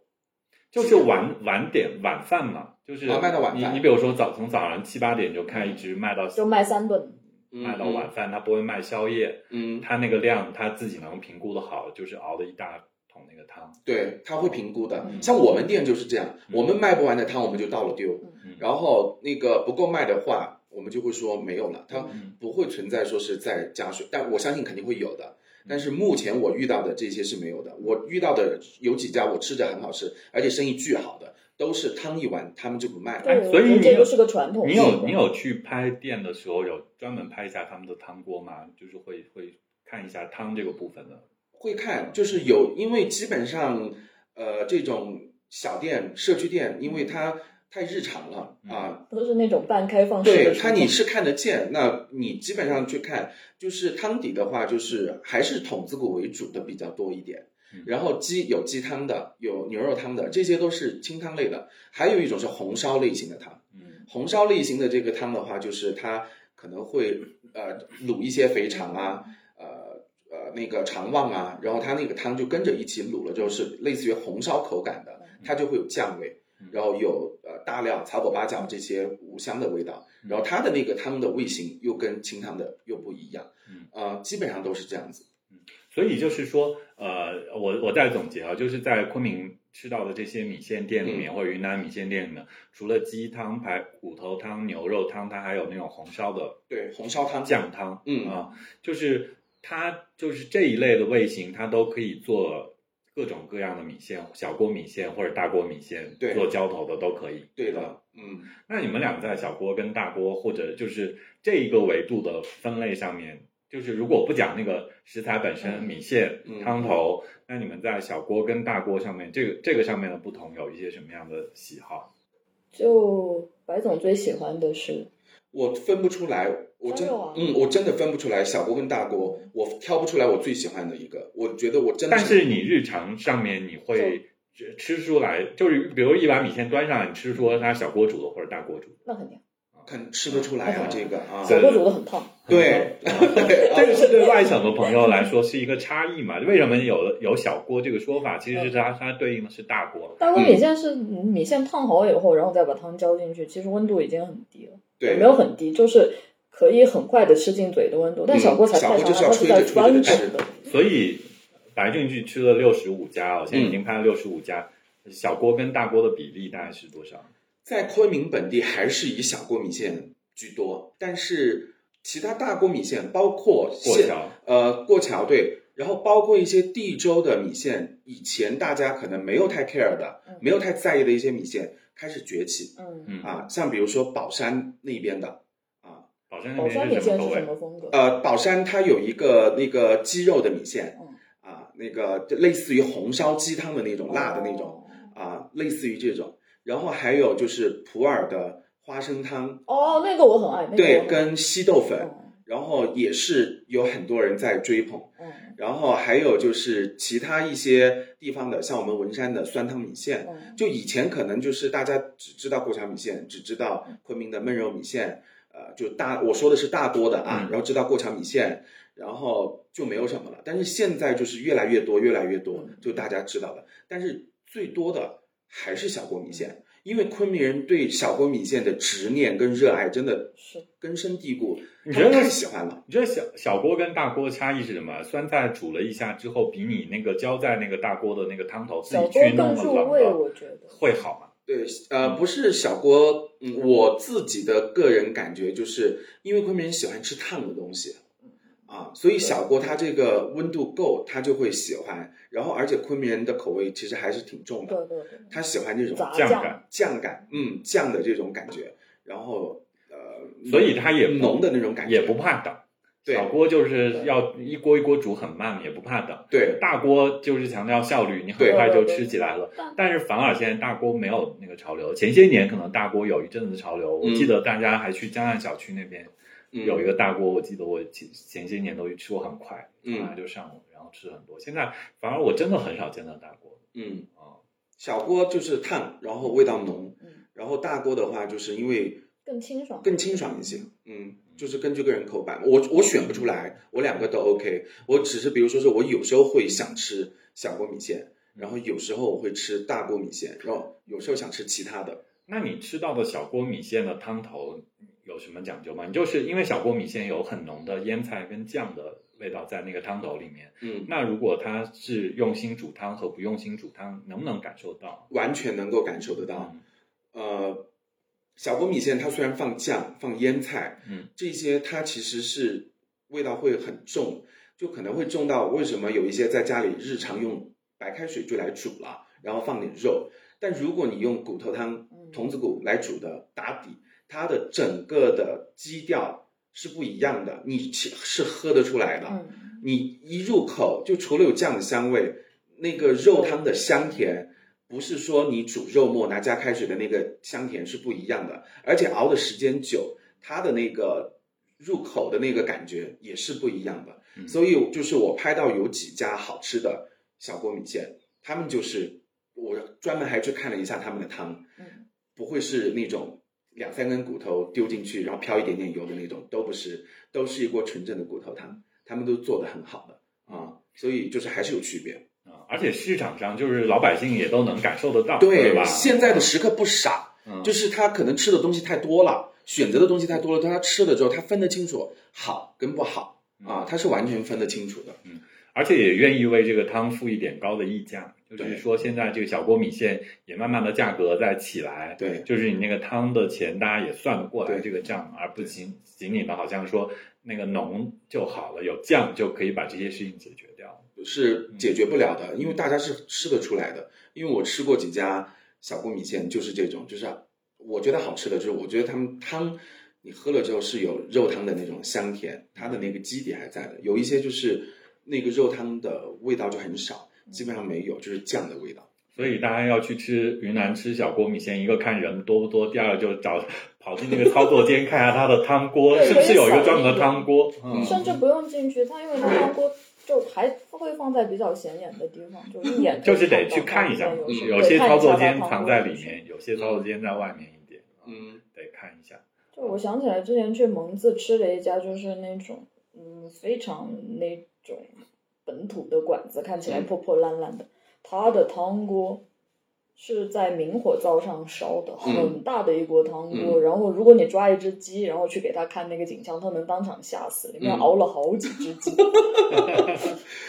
A: 就是晚晚点晚饭嘛，就是
C: 啊卖到晚饭
A: 你你比如说早从早上七八点就开，一直卖到
B: 就卖三顿，
A: 卖到嗯晚饭，它不会卖宵夜，
C: 嗯。嗯，
A: 它那个量它自己能评估的好，就是熬了一大桶那个汤。
C: 对，他会评估的。
B: 嗯
C: 像我们店就是这样，
A: 嗯
C: 我们卖不完的汤我们就倒了丢，
A: 嗯
C: 然后那个不够卖的话，我们就会说没有了，它
A: 嗯
C: 不会存在说是在加水，但我相信肯定会有的
A: 嗯。
C: 但是目前我遇到的这些是没有的，我遇到的有几家我吃着很好吃，而且生意巨好的，都是汤一碗他们就不卖了。
B: 对，
A: 所以
B: 我觉得
A: 你
B: 哎这
A: 有
B: 就是个传统。
A: 你有你有去拍店的时候有专门拍一下他们的汤锅吗？就是会会看一下汤这个部分的。
C: 会看，就是有，因为基本上，呃，这种小店、社区店，因为它太日常了啊。
B: 都嗯是那种半开放式的
C: 对
B: 传
C: 它，
B: 统，
C: 你是看得见，那你基本上去看，就是汤底的话，就是还是筒子骨为主的比较多一点
A: 嗯。
C: 然后鸡有鸡汤的，有牛肉汤的，这些都是清汤类的。还有一种是红烧类型的汤，
A: 嗯
C: 红烧类型的这个汤的话，就是它可能会呃卤一些肥肠啊，呃呃那个肠旺啊，然后它那个汤就跟着一起卤了之后是类似于红烧口感的，它就会有酱味
A: 嗯，
C: 然后有呃大料、草本八角这些五香的味道，
A: 嗯
C: 然后它的那个汤的味型又跟清汤的又不一样
A: 嗯，
C: 呃基本上都是这样子。
A: 所以就是说，呃，我我再总结啊，就是在昆明吃到的这些米线店里面，
B: 嗯
A: 或者云南米线店里面，除了鸡汤、排骨头汤、牛肉汤，它还有那种红烧的
C: 对，红烧汤，
A: 酱汤，
C: 嗯
A: 啊，就是它就是这一类的味型，它都可以做各种各样的米线，小锅米线或者大锅米线，
C: 对
A: 做浇头的都可以。
C: 对的，嗯。
A: 那你们俩在小锅跟大锅，或者就是这一个维度的分类上面，就是如果不讲那个食材本身，
B: 嗯
A: 米线、
C: 嗯
A: 汤头，那你们在小锅跟大锅上面，这个这个上面的不同，有一些什么样的喜好？
B: 就白总最喜欢的是
C: 我分不出来，我
B: 真
C: 真
B: 的吗
C: 嗯，我真的分不出来小锅跟大锅，我挑不出来我最喜欢的一个。我觉得我真的
A: 但是你日常上面你会吃吃出来，就是比如一碗米线端上来，你吃出它小锅煮的或者大锅煮的。
B: 那肯定，
C: 肯吃得出来啊，
B: 嗯
C: 这个
B: *laughs*
C: 啊，
B: 小锅煮的很烫，
C: 对对
A: 这个是嗯对外省的朋友来说是一个差异嘛？为什么有有小锅这个说法？其实是它它对应的是大锅。
B: 大锅
C: 嗯
B: 米线是米线烫好以后，然后再把汤浇进去，其实温度已经很低了，也没
C: 对
B: 有很低，就是可以很快的吃进嘴的温度。但小锅才
C: 嗯小
B: 太
C: 锅就
B: 长
C: 是要
B: 了，它是在
C: 吹着吹着
B: 翻
C: 吃
B: 滚的。
A: 所以白俊去吃了六十五家哦，现在已经拍了六十五家，小锅跟大锅的比例大概是多少？
C: 在昆明本地还是以小锅米线居多，但是其他大锅米线，包括
A: 过
C: 现
A: 桥，
C: 呃过桥对，然后包括一些地州的米线，以前大家可能没有太 care 的
B: 嗯，
C: 没有太在意的一些米线开始崛起
B: 嗯，
A: 嗯，
C: 啊，像比如说宝山那边的啊，
A: 宝山那
B: 宝山米
A: 边是什
B: 线
A: 么口
B: 是什
A: 味？
B: 么风格？
C: 呃，宝山它有一个那个鸡肉的米线，
B: 嗯
C: 啊，那个就类似于红烧鸡汤的那种辣的那种
B: 哦，
C: 啊，类似于这种。然后还有就是普洱的花生汤，
B: 哦，那个我很爱，那个我
C: 对，
B: 很爱
C: 跟稀豆粉，
B: 嗯
C: 然后也是有很多人在追捧。
B: 嗯
C: 然后还有就是其他一些地方的，像我们文山的酸汤米线，
B: 嗯，
C: 就以前可能就是大家只知道过桥米线，只知道昆明的焖肉米线，呃，就大我说的是大多的啊，
A: 嗯
C: 然后知道过桥米线，然后就没有什么了。但是现在就是越来越多，越来越多，就大家知道了。但是最多的还是小锅米线，因为昆明人对小锅米线的执念跟热爱真的
B: 是
C: 根深蒂固，
A: 你
C: 他
A: 觉
C: 们
A: 得
C: 太喜欢了。
A: 你觉得小小锅跟大锅的差异是什么？酸菜煮了一下之后，比你那个浇在那个大锅的那个汤头自
B: 小
A: 己
B: 锅
A: 去弄
B: 更
A: 了
B: 入
A: 冷
B: 味，
A: 的，
B: 我觉得
A: 会好吗？
C: 对，呃，不是小锅，嗯，我自己的个人感觉就是，因为昆明人喜欢吃烫的东西，
B: 嗯
C: 啊，所以小锅它这个温度够，他就会喜欢。然后，而且昆明人的口味其实还是挺重的，
B: 对对对，
C: 他喜欢这种
B: 杂
A: 酱
B: 酱
A: 感
C: 酱感，嗯，酱的这种感觉，然后呃，
A: 所以它也不
C: 浓的那种感觉
A: 也不怕等。
C: 对
A: 小锅就是要一锅一锅煮，很慢，也不怕等。
C: 对
A: 大锅就是强调效率，你很
C: 对
A: 快就吃起来了
B: 但。
A: 但是反而现在大锅没有那个潮流，前些年可能大锅有一阵子潮流，我
C: 嗯
A: 记得大家还去江岸小区那边
C: 嗯
A: 有一个大锅，我记得我前前些年都去吃过，很快，
C: 嗯
A: 上来就上了，然后吃很多。现在反而我真的很少见到大锅
C: 嗯，
A: 啊，
C: 小锅就是烫，然后味道浓
B: 嗯，
C: 然后大锅的话就是因为
B: 更清爽，
C: 更清爽一些。嗯，就是根据个人口感，我我选不出来，我两个都 OK。我只是比如说是我有时候会想吃小锅米线，然后有时候我会吃大锅米线，然后有时候想吃其他的。
A: 那你吃到的小锅米线的汤头有什么讲究吗？你就是因为小锅米线有很浓的腌菜跟酱的味道在那个汤头里面，
C: 嗯，
A: 那如果他是用心煮汤和不用心煮汤，能不能感受到？
C: 完全能够感受得到。
A: 嗯
C: 呃，小锅米线它虽然放酱、放腌菜，
A: 嗯，
C: 这些它其实是味道会很重，就可能会重到为什么有一些在家里日常用白开水就来煮了，然后放点肉。但如果你用骨头汤
B: 嗯、
C: 童子骨来煮的打底，它的整个的基调是不一样的，你其是喝得出来的。
B: 嗯，
C: 你一入口就除了有酱的香味，那个肉汤的香甜，不是说你煮肉末拿加开水的那个香甜是不一样的，而且熬的时间久，它的那个入口的那个感觉也是不一样的。
A: 嗯
C: 所以就是我拍到有几家好吃的小锅米线，他们就是我专门还去看了一下他们的汤，
B: 嗯
C: 不会是那种两三根骨头丢进去，然后飘一点点油的那种，都不是，都是一锅纯正的骨头汤，他们都做的很好的啊、所以就是还是有区别。
A: 啊，而且市场上就是老百姓也都能感受得到，对吧？
C: 现在的食客不傻，
A: 嗯
C: 就是他可能吃的东西太多了，选择的东西太多了，但他吃了之后，他分得清楚好跟不好啊，他是完全分得清楚的。
A: 嗯而且也愿意为这个汤付一点高的溢价，就是
C: 对
A: 说现在这个小锅米线也慢慢的价格在起来，
C: 对
A: 就是你那个汤的钱大家也算得过来
C: 对
A: 这个账，而不仅仅仅的好像说那个浓就好了，有酱就可以把这些事情解决掉。
C: 是解决不了的，因为大家是吃得出来的。因为我吃过几家小锅米线，就是这种，就是我觉得好吃的，就是我觉得他们汤你喝了之后是有肉汤的那种香甜，它的那个基底还在的。有一些就是那个肉汤的味道就很少，基本上没有，就是酱的味道。
A: 所以大家要去吃云南吃小锅米线，一个看人多不多，第二就找跑进那个操作间看下它的汤锅
B: 对
A: 是不是有一
B: 可以
A: 个
B: 扫
A: 专门
B: 一
A: 的
B: 眼
A: 汤锅，嗯，
B: 甚至不用进去，它因为它汤锅就还会放在比较显眼的地方，就一眼
A: 就是得
B: 到
A: 去看一下
B: 它的，
C: 嗯
B: 对
A: 有些
B: 看一
A: 操作
B: 下
A: 间
B: 它
A: 藏
B: 汤
A: 在
B: 锅
A: 里面，有些操作间在外面一点，啊
C: 嗯，
A: 得看一下。
B: 就我想起来之前去蒙自吃了一家，就是那种嗯非常那种本土的馆子，看起来
C: 嗯
B: 破破烂烂的，它的汤锅。是在明火灶上烧的，
C: 嗯
B: 很大的一锅汤锅。
A: 嗯
B: 然后，如果你抓一只鸡，然后去给它看那个景象，它能当场吓死。里面
C: 嗯
B: 熬了好几只鸡，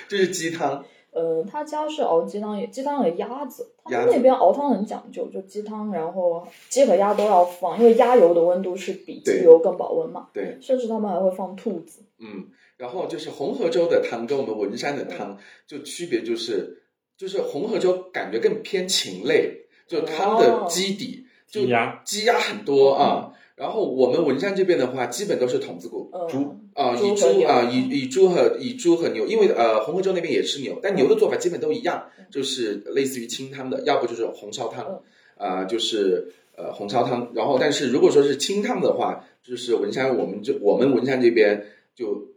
C: 这是鸡汤，
B: 呃，他家是熬鸡汤，也鸡汤和鸭子。他
C: 鸭
B: 们
C: 子
B: 那边熬汤很讲究，就鸡汤，然后鸡和鸭都要放，因为鸭油的温度是比
C: 对
B: 鸡油更保温嘛。
C: 对，
B: 甚至他们还会放兔子，
C: 嗯。然后就是红河州的汤跟我们文山的汤就区别就是，就是红河州感觉更偏禽类，就汤的
B: 哦嗯
C: 基底。就
A: 鸡鸭
C: 鸡鸭很多啊。然后我们文山这边的话，基本都是筒子骨
B: 嗯，
A: 猪
C: 啊，以
B: 猪和
C: 猪
B: 牛
C: 啊，以以猪和以猪和牛，因为呃红河州那边也吃牛，但牛的做法基本都一样，就是类似于清汤的，要不就是红烧汤
B: 嗯。
C: 啊、就是呃红烧汤。然后，但是如果说是清汤的话，就是文山我们这我们文山这边就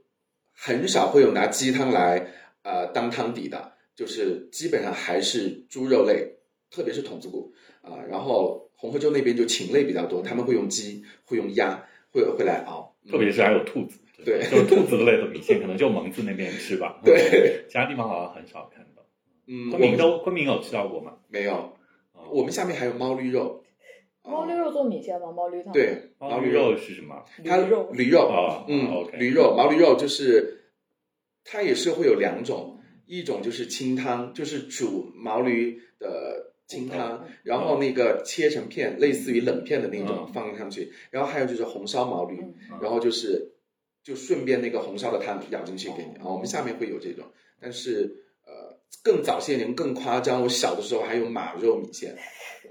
C: 很少会有拿鸡汤来呃当汤底的，就是基本上还是猪肉类，特别是筒子骨啊、然后红河州那边就禽类比较多，他们会用鸡，会用鸭，会会来熬。嗯
A: 特别是还有兔子，
C: 对
A: 就是兔子类的米线，可能就蒙自那边吃吧，
C: 对，
A: 其他地方好像很少看到。
C: 嗯，
A: 昆
C: 我
A: 明
C: 们
A: 都昆明有吃到过吗？
C: 没有，
A: 哦
C: 我们下面还有猫驴肉。啊
B: 猫驴肉做米线吗？猫驴汤，
C: 哦对，
A: 猫
C: 毛
A: 驴
C: 驴
A: 哦肉是什么？
C: 它
B: 驴肉
C: 驴肉，
A: 哦
C: 嗯
A: ，OK
C: 驴肉、毛驴肉就是它也是会有两种，一种就是清汤，就是煮毛驴的清
B: 骨
A: 哦
C: 汤
B: 头，
C: 然后那个切成片，类似于冷片的那种
A: 嗯
C: 放上去，然后还有就是红烧毛驴，
B: 嗯
C: 然后就是就顺便那个红烧的汤舀进去给你啊。我们下面会有这种，但是呃更早些年更夸张，我小的时候还有马肉米线，哦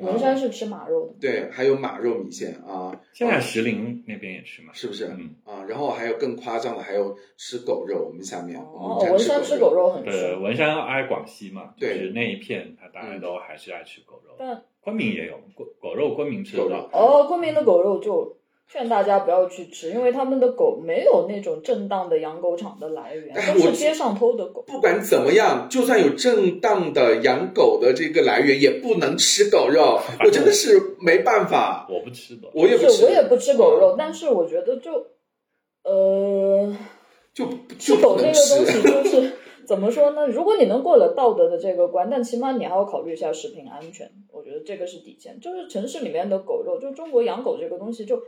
B: 文山是吃马肉的，
C: 对，还有马肉米线啊，
A: 现在石林那边也吃吗？
C: 是不是？
A: 嗯，
C: 啊，然后还有更夸张的，还有吃狗肉，我们下面
B: 哦
C: 我，们
B: 文山吃狗
C: 肉，
B: 肉很
A: 对，
B: 吃，
A: 文山挨广西嘛，就
C: 对
A: 是那一片，它大家都还是爱吃狗肉。
B: 但
A: 昆明也有狗狗肉，昆明吃得
C: 狗
A: 到
C: 肉。
B: 哦，昆明的狗肉就劝大家不要去吃，因为他们的狗没有那种正当的养狗场的来源，
C: 哎
B: 都是
C: 我
B: 街上偷的狗。
C: 不管怎么样，就算有正当的养狗的这个来源，也不能吃狗肉。我真的是没办法，
A: 我不吃的，
C: 我也不
B: 是，
C: 吃，
B: 我也不吃狗肉，但是我觉得就，呃，
C: 就
B: 吃
C: 就
B: 狗
C: 不
B: 这个东
C: 能
B: 西
C: 吃。
B: 就是怎么说呢？如果你能过了道德的这个关，但起码你还要考虑一下食品安全，我觉得这个是底线。就是城市里面的狗肉，就中国养狗这个东西就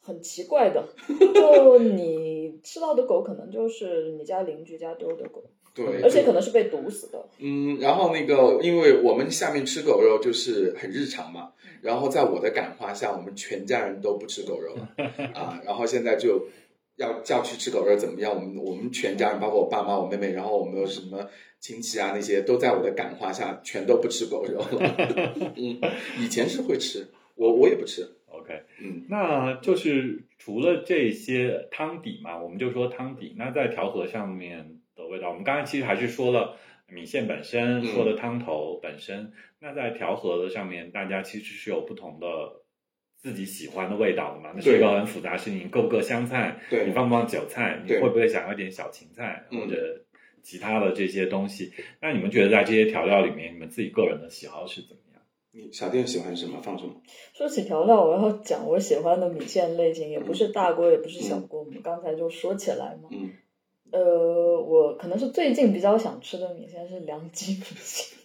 B: 很奇怪的，就你吃到的狗可能就是你家邻居家丢的狗，
C: 对，
B: 而且可能是被毒死的。
C: 嗯，然后那个，因为我们下面吃狗肉就是很日常嘛，
B: 嗯
C: 然后在我的感化下，我们全家人都不吃狗肉了
B: *laughs*
C: 啊，然后现在就要叫去吃狗肉怎么样？我们我们全家人，包括我爸妈、我妹妹，然后我们有什么亲戚啊那些，都在我的感化下全都不吃狗肉
B: *laughs*
C: 了。嗯，以前是会吃，我我也不吃。
A: OK，
C: 嗯，
A: 那就是除了这些汤底嘛，我们就说汤底。那在调和上面的味道，我们刚才其实还是说了米线本身，
C: 嗯
A: 说了汤头本身。那在调和的上面，大家其实是有不同的自己喜欢的味道的嘛。那是
C: 对
A: 一个很复杂的事情，够不够香菜？
C: 对
A: 你放不放韭菜？你
C: 对
A: 会不会想要点小芹菜
C: 嗯
A: 或者其他的这些东西？那你们觉得在这些调料里面，你们自己个人的喜好是怎么样？
C: 你小店喜欢什么放什么？
B: 说起调料，我要讲我喜欢的米线类型，也不是大锅，也不是小锅，我们刚才就说起来嘛。
C: 嗯，
B: 呃，我可能是最近比较想吃的米线是凉鸡米线，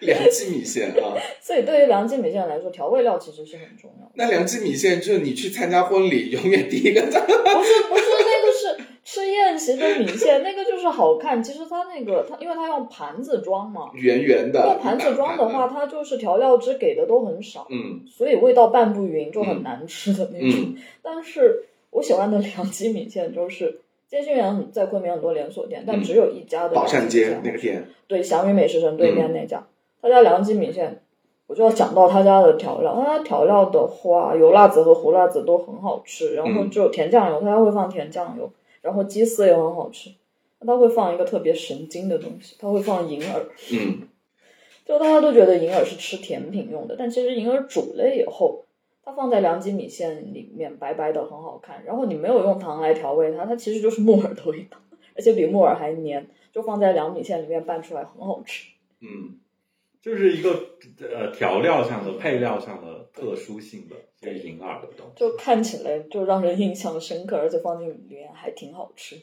C: 两记米线啊。
B: 所以对于凉鸡米线来说，调味料其实是很重要的。
C: 那两记米线就是你去参加婚礼，永远第一个在。 *laughs*
B: 不是不是，那个是吃宴席的米线，那个就是好看。其实它那个它，因为它用盘子装嘛，
C: 圆圆的。
B: 用盘子装的话，，它就是调料汁给的都很少，
C: 嗯
B: 所以味道拌不匀，就很难吃的那种。
C: 嗯
B: 但是我喜欢的凉鸡米线就是。建新园很在昆明很多连锁店，但
C: 嗯
B: 只有一家的
C: 宝
B: 凉
C: 善
B: 鸡米
C: 街
B: 线
C: 那个店，
B: 对祥云美食城对面那家，他家凉鸡米线，我就要讲到他家的调料。他家调料的话，油辣子和胡辣子都很好吃，然后
C: 嗯
B: 只有甜酱油，他家会放甜酱油，然后鸡丝也很好吃。他会放一个特别神经的东西，他会放银耳，
C: 嗯
B: 就大家都觉得银耳是吃甜品用的，但其实银耳煮了以后，它放在凉鸡米线里面白白的很好看。然后你没有用糖来调味它，它其实就是木耳的味道，而且比木耳还黏，就放在凉米线里面拌出来很好吃。
C: 嗯，
A: 就是一个呃调料上的配料上的特殊性的，就是银耳的东西。
B: 就看起来就让人印象深刻，而且放进里面还挺好吃的。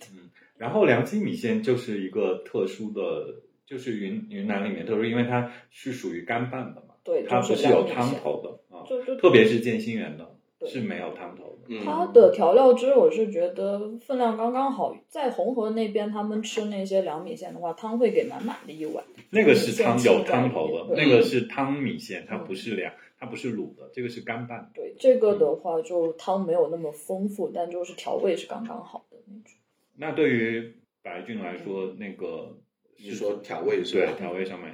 A: 然后凉鸡米线就是一个特殊的，就是云云南里面特殊，因为它是属于干拌的嘛，
B: 对，
A: 它
B: 就
A: 不是
B: 凉
A: 有
B: 米
A: 汤
B: 线，
A: 头的啊，
B: 就就
A: 特别是建新园的
B: 对
A: 是没有汤头的。
C: 嗯
B: 它的调料汁，我是觉得分量刚刚好。在红河那边，他们吃那些凉米线的话，汤会给满满的一碗。
A: 那个是汤
B: 米线
A: 有汤头的，
B: 对
A: 那个是汤米线，它
B: 嗯
A: 不是凉，它不是卤的，这个是干拌的。
B: 对这个的话，就汤没有那么丰富，但就是调味是刚刚好的那种。
A: 那对于白俊来说，那个
C: 你说调味是
A: 对
C: 吧？
A: 调味上面，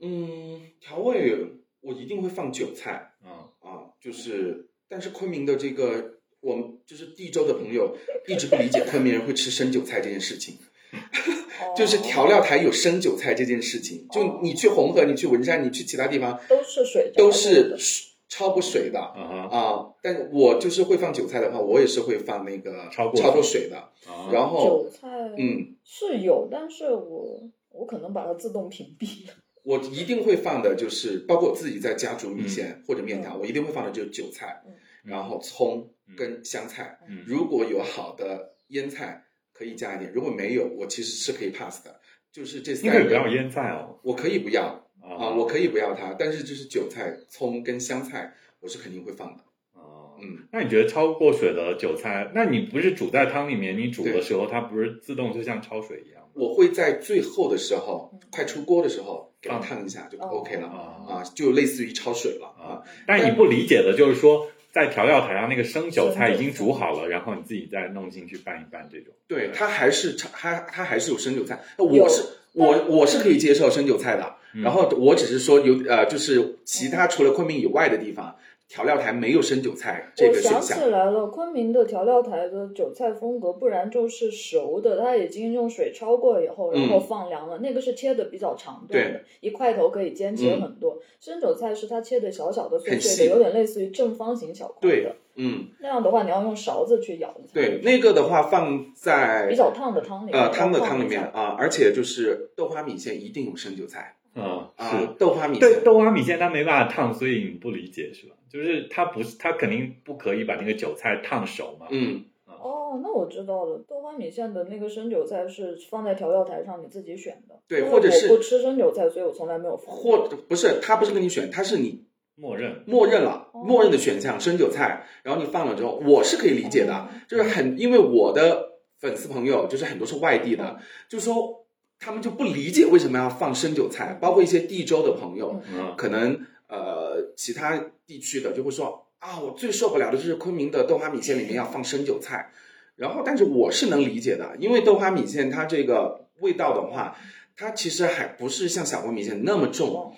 C: 嗯，调味我一定会放韭菜
A: 嗯，
C: 啊，就是但是昆明的这个我们就是地州的朋友一直不理解昆明人会吃生韭菜这件事情，
B: 哦
C: 就是调料台有生韭菜这件事情，就你去红河，你去文山，你去其他地方
B: 都是水，
C: 都是水焯过水的
A: 嗯哼
C: 啊。但是我就是会放韭菜的话，我也是会放那个
A: 焯过
C: 焯过水的。
A: 啊
C: 然后，
B: 韭菜，
C: 嗯，
B: 是有，但是我我可能把它自动屏蔽了。
C: 我一定会放的就是，包括我自己在家煮米
A: 嗯
C: 线或者面条，我一定会放的就是韭菜
B: 嗯，
C: 然后葱跟香菜。
A: 嗯
C: 如果有好的腌菜，可以加一点；如果没有，我其实是可以 pass 的。就是这
A: 你
C: 三
A: 可
C: 个
A: 以不要腌菜哦
C: 我可以不要，啊，
A: 啊
C: 我可以不要它，但是就是韭菜、葱跟香菜，我是肯定会放的。
A: 哦
C: 嗯，
A: 那你觉得焯过水的韭菜，那你不是煮在汤里面，你煮的
C: 对
A: 时候它不是自动就像焯水一样吗？
C: 我会在最后的时候
B: 嗯，
C: 快出锅的时候给它
A: 嗯
C: 烫一下就
B: 哦
C: OK 了
A: 啊
C: 啊，就类似于焯水了啊
A: 啊。但是你不理解的就是说，在调料台上那个生韭菜已经煮好了，然后你自己再弄进去拌一拌这种。
C: 对，它还是它它它还是有生韭菜，我
B: 有
C: 是我我是可以接受生韭菜的。
A: 嗯
C: 然后我只是说有呃，就是其他除了昆明以外的地方，调料台没有生韭菜这
B: 我
C: 个
B: 想
C: 选
B: 起
C: 项。
B: 来了，昆明的调料台的韭菜风格，不然就是熟的，它已经用水焯过以后，然后
C: 嗯
B: 放凉了。那个是切的比较长段的，一块头可以煎切
C: 嗯
B: 很多。生韭菜是它切的小小的、碎
C: 很
B: 碎
C: 细
B: 的，有点类似于正方形小块
C: 对
B: 的。，
C: 嗯，
B: 那样的话，你要用勺子去舀一下。
C: 对，那个的话放在
B: 比较烫的汤里面，
C: 呃汤的汤里
B: 一下
C: 面啊，而且就是豆花米线一定有生韭菜。
A: 嗯，
C: 啊，豆花米
A: 对，
C: 线，
A: 豆花米线它没办法烫，所以你不理解是吧？就是它不是，它肯定不可以把那个韭菜烫熟嘛。
C: 嗯，
B: 哦，那我知道了。豆花米线的那个生韭菜是放在调料台上，你自己选的。
C: 对
B: 因为
C: 或者是
B: 我不吃生韭菜，所以我从来没有放过。
C: 或不是，他不是跟你选，他是你
A: 默认
C: 默认了，
B: 哦
C: 默认的选项生韭菜，然后你放了之后，我是可以理解的
B: 哦，
C: 就是很，因为我的粉丝朋友就是很多是外地
B: 哦
C: 的，就说他们就不理解为什么要放生韭菜，包括一些地州的朋友，
A: 嗯
C: 可能呃其他地区的就会说啊，我最受不了的就是昆明的豆花米线里面要放生韭菜，然后但是我是能理解的，因为豆花米线它这个味道的话，它其实还不是像小锅米线那么重
B: 哦，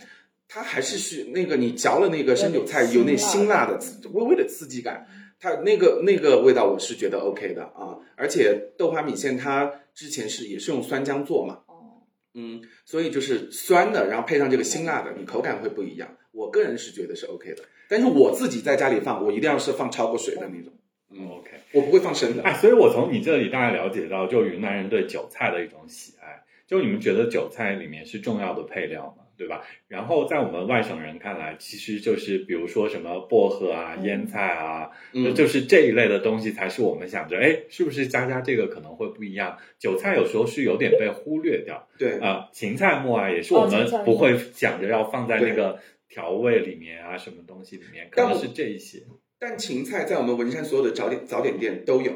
C: 它还是是那个你嚼了那个生韭菜有那辛辣的刺微微的刺激感，它那个那个味道我是觉得 OK 的啊，而且豆花米线它之前是也是用酸浆做嘛，
B: 哦，
C: 嗯，所以就是酸的，然后配上这个辛辣的，你口感会不一样。我个人是觉得是 OK 的，但是我自己在家里放，我一定要是放焯过水的那种，嗯，
A: ，OK。
C: 我不会放生的。
A: 哎，所以我从你这里大概了解到，就云南人对韭菜的一种喜爱，就你们觉得韭菜里面是重要的配料嘛，对吧？然后在我们外省人看来，其实就是比如说什么薄荷啊、
B: 嗯
A: 腌菜啊，
C: *laughs* 嗯，
A: 就是这一类的东西才是我们想着，哎，是不是加加这个可能会不一样？韭菜有时候是有点被忽略掉
C: 对
A: 啊、，芹菜末啊，也是我
B: 哦芹
A: 们
B: 菜末
A: 不会想着要放在那个调味里面啊，什么东西里面，可能
C: 但我
A: 是这一些。
C: 但芹菜在我们文山所有的早点早点店都有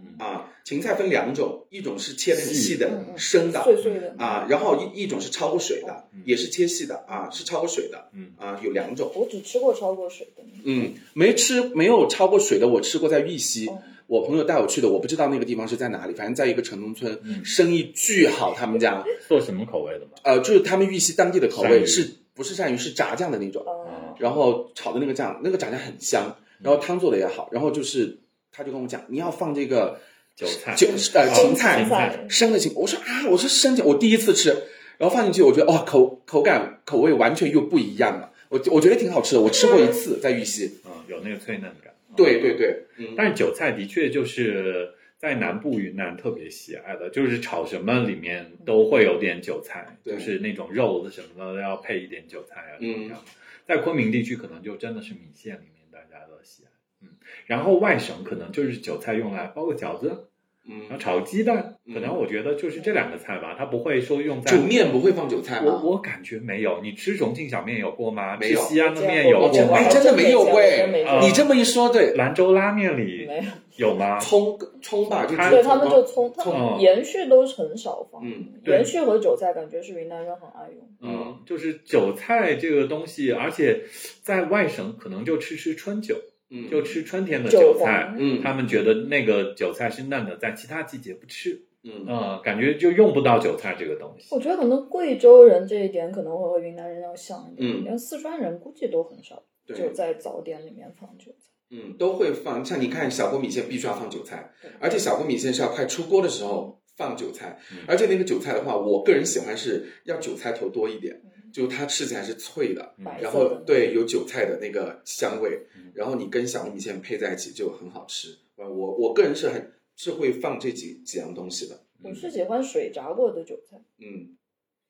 A: 嗯
C: 啊。芹菜分两种，一种是切的很细
B: 嗯
C: 的
B: 嗯
C: 生的
B: 碎碎的。
C: 啊，然后一一种是焯过水的
A: 嗯，
C: 也是切细的啊，是焯过水的
A: 嗯
C: 啊，有两种。
B: 我只吃过焯过水的。
C: 嗯，没吃没有焯过水的，我吃过在玉溪
B: 哦，
C: 我朋友带我去的，我不知道那个地方是在哪里，反正在一个城中村，
A: 嗯
C: 生意巨好。他
A: *laughs*
C: 们家
A: 做什么口味的嘛？
C: 呃，就是他们玉溪当地的口
A: 鳝
C: 味
A: 鱼
C: 是不是鳝鱼是炸酱的那种，
B: 哦
A: 啊，
C: 然后炒的那个酱，那个炸酱很香，
A: 嗯
C: 然后汤做的也好，然后就是他就跟我讲，你要放这个
A: 韭菜
C: 韭呃芹菜
A: 芹菜
C: 生的芹，我说啊，我说生芹，我第一次吃，然后放进去，我觉得哦，口口感口味完全又不一样了，我我觉得挺好吃的，我吃过一次在玉溪，
A: 嗯，有那个脆嫩感。啊
C: 对对对，嗯，
A: 但是韭菜的确就是在南部云南特别喜爱的，就是炒什么里面都会有点韭菜，
C: 对
A: 就是那种肉的什么的要配一点韭菜啊，
C: 嗯
A: 这样。在昆明地区，可能就真的是米线里面大家的喜爱。嗯，然后外省可能就是韭菜用来包个饺子，然后
C: 嗯，
A: 炒鸡蛋，
C: 嗯
A: 可能我觉得就是这两个菜吧，它不会说用在
C: 煮面不会放韭菜
A: 我
C: 吗？
A: 我感觉没有，你吃重庆小面有过吗？
C: 没有
A: 吃西安的面有
B: 我
A: 过
B: 见过
A: 吗
C: 哎，？真的没有喂，
A: 啊
C: 你这么一说，对，
A: 兰州拉面里
B: 没有，
A: 有吗？
C: *laughs* 葱葱吧，就
A: 他
B: 对
C: 是
B: 他们就葱，他
A: 葱
B: 们延续都很少放。
C: 嗯
A: 对
B: 延续和韭菜感觉是云南人很爱用。
A: 嗯，就是韭菜这个东西，而且在外省可能就吃吃春韭，
C: 嗯
A: 就吃春天的
B: 韭
A: 韭菜，
B: 黄
C: 嗯
A: 他们觉得那个韭菜是嫩的，在其他季节不吃，
C: 嗯
A: 嗯，感觉就用不到韭菜这个东西
B: 我。觉得可能贵州人这一点可能会和云南人要像一点，
C: 嗯
B: 因为四川人估计都很少
C: 对
B: 就在早点里面放韭菜。
C: 嗯都会放，像你看小锅米线必须要放韭菜
B: 对，
C: 而且小锅米线是要快出锅的时候放韭菜，
A: 嗯
C: 而且那个韭菜的话，我个人喜欢是要韭菜头多一点，就它吃起来是脆的，
B: 嗯白
C: 然
B: 色
C: 后
B: 的
C: 对有韭菜的那个香味，
A: 嗯
C: 然后你跟小米线配在一起就很好吃。我我我个人是很是会放这几几样东西的，
B: 我是喜欢水炸过的韭菜，
C: 嗯，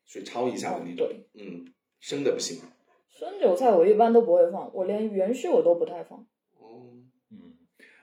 C: 水焯一下的那种
B: 哦，
C: 嗯，生的不行。
B: 生韭菜我一般都不会放，我连元须我都不太放。
C: 哦，
A: 嗯，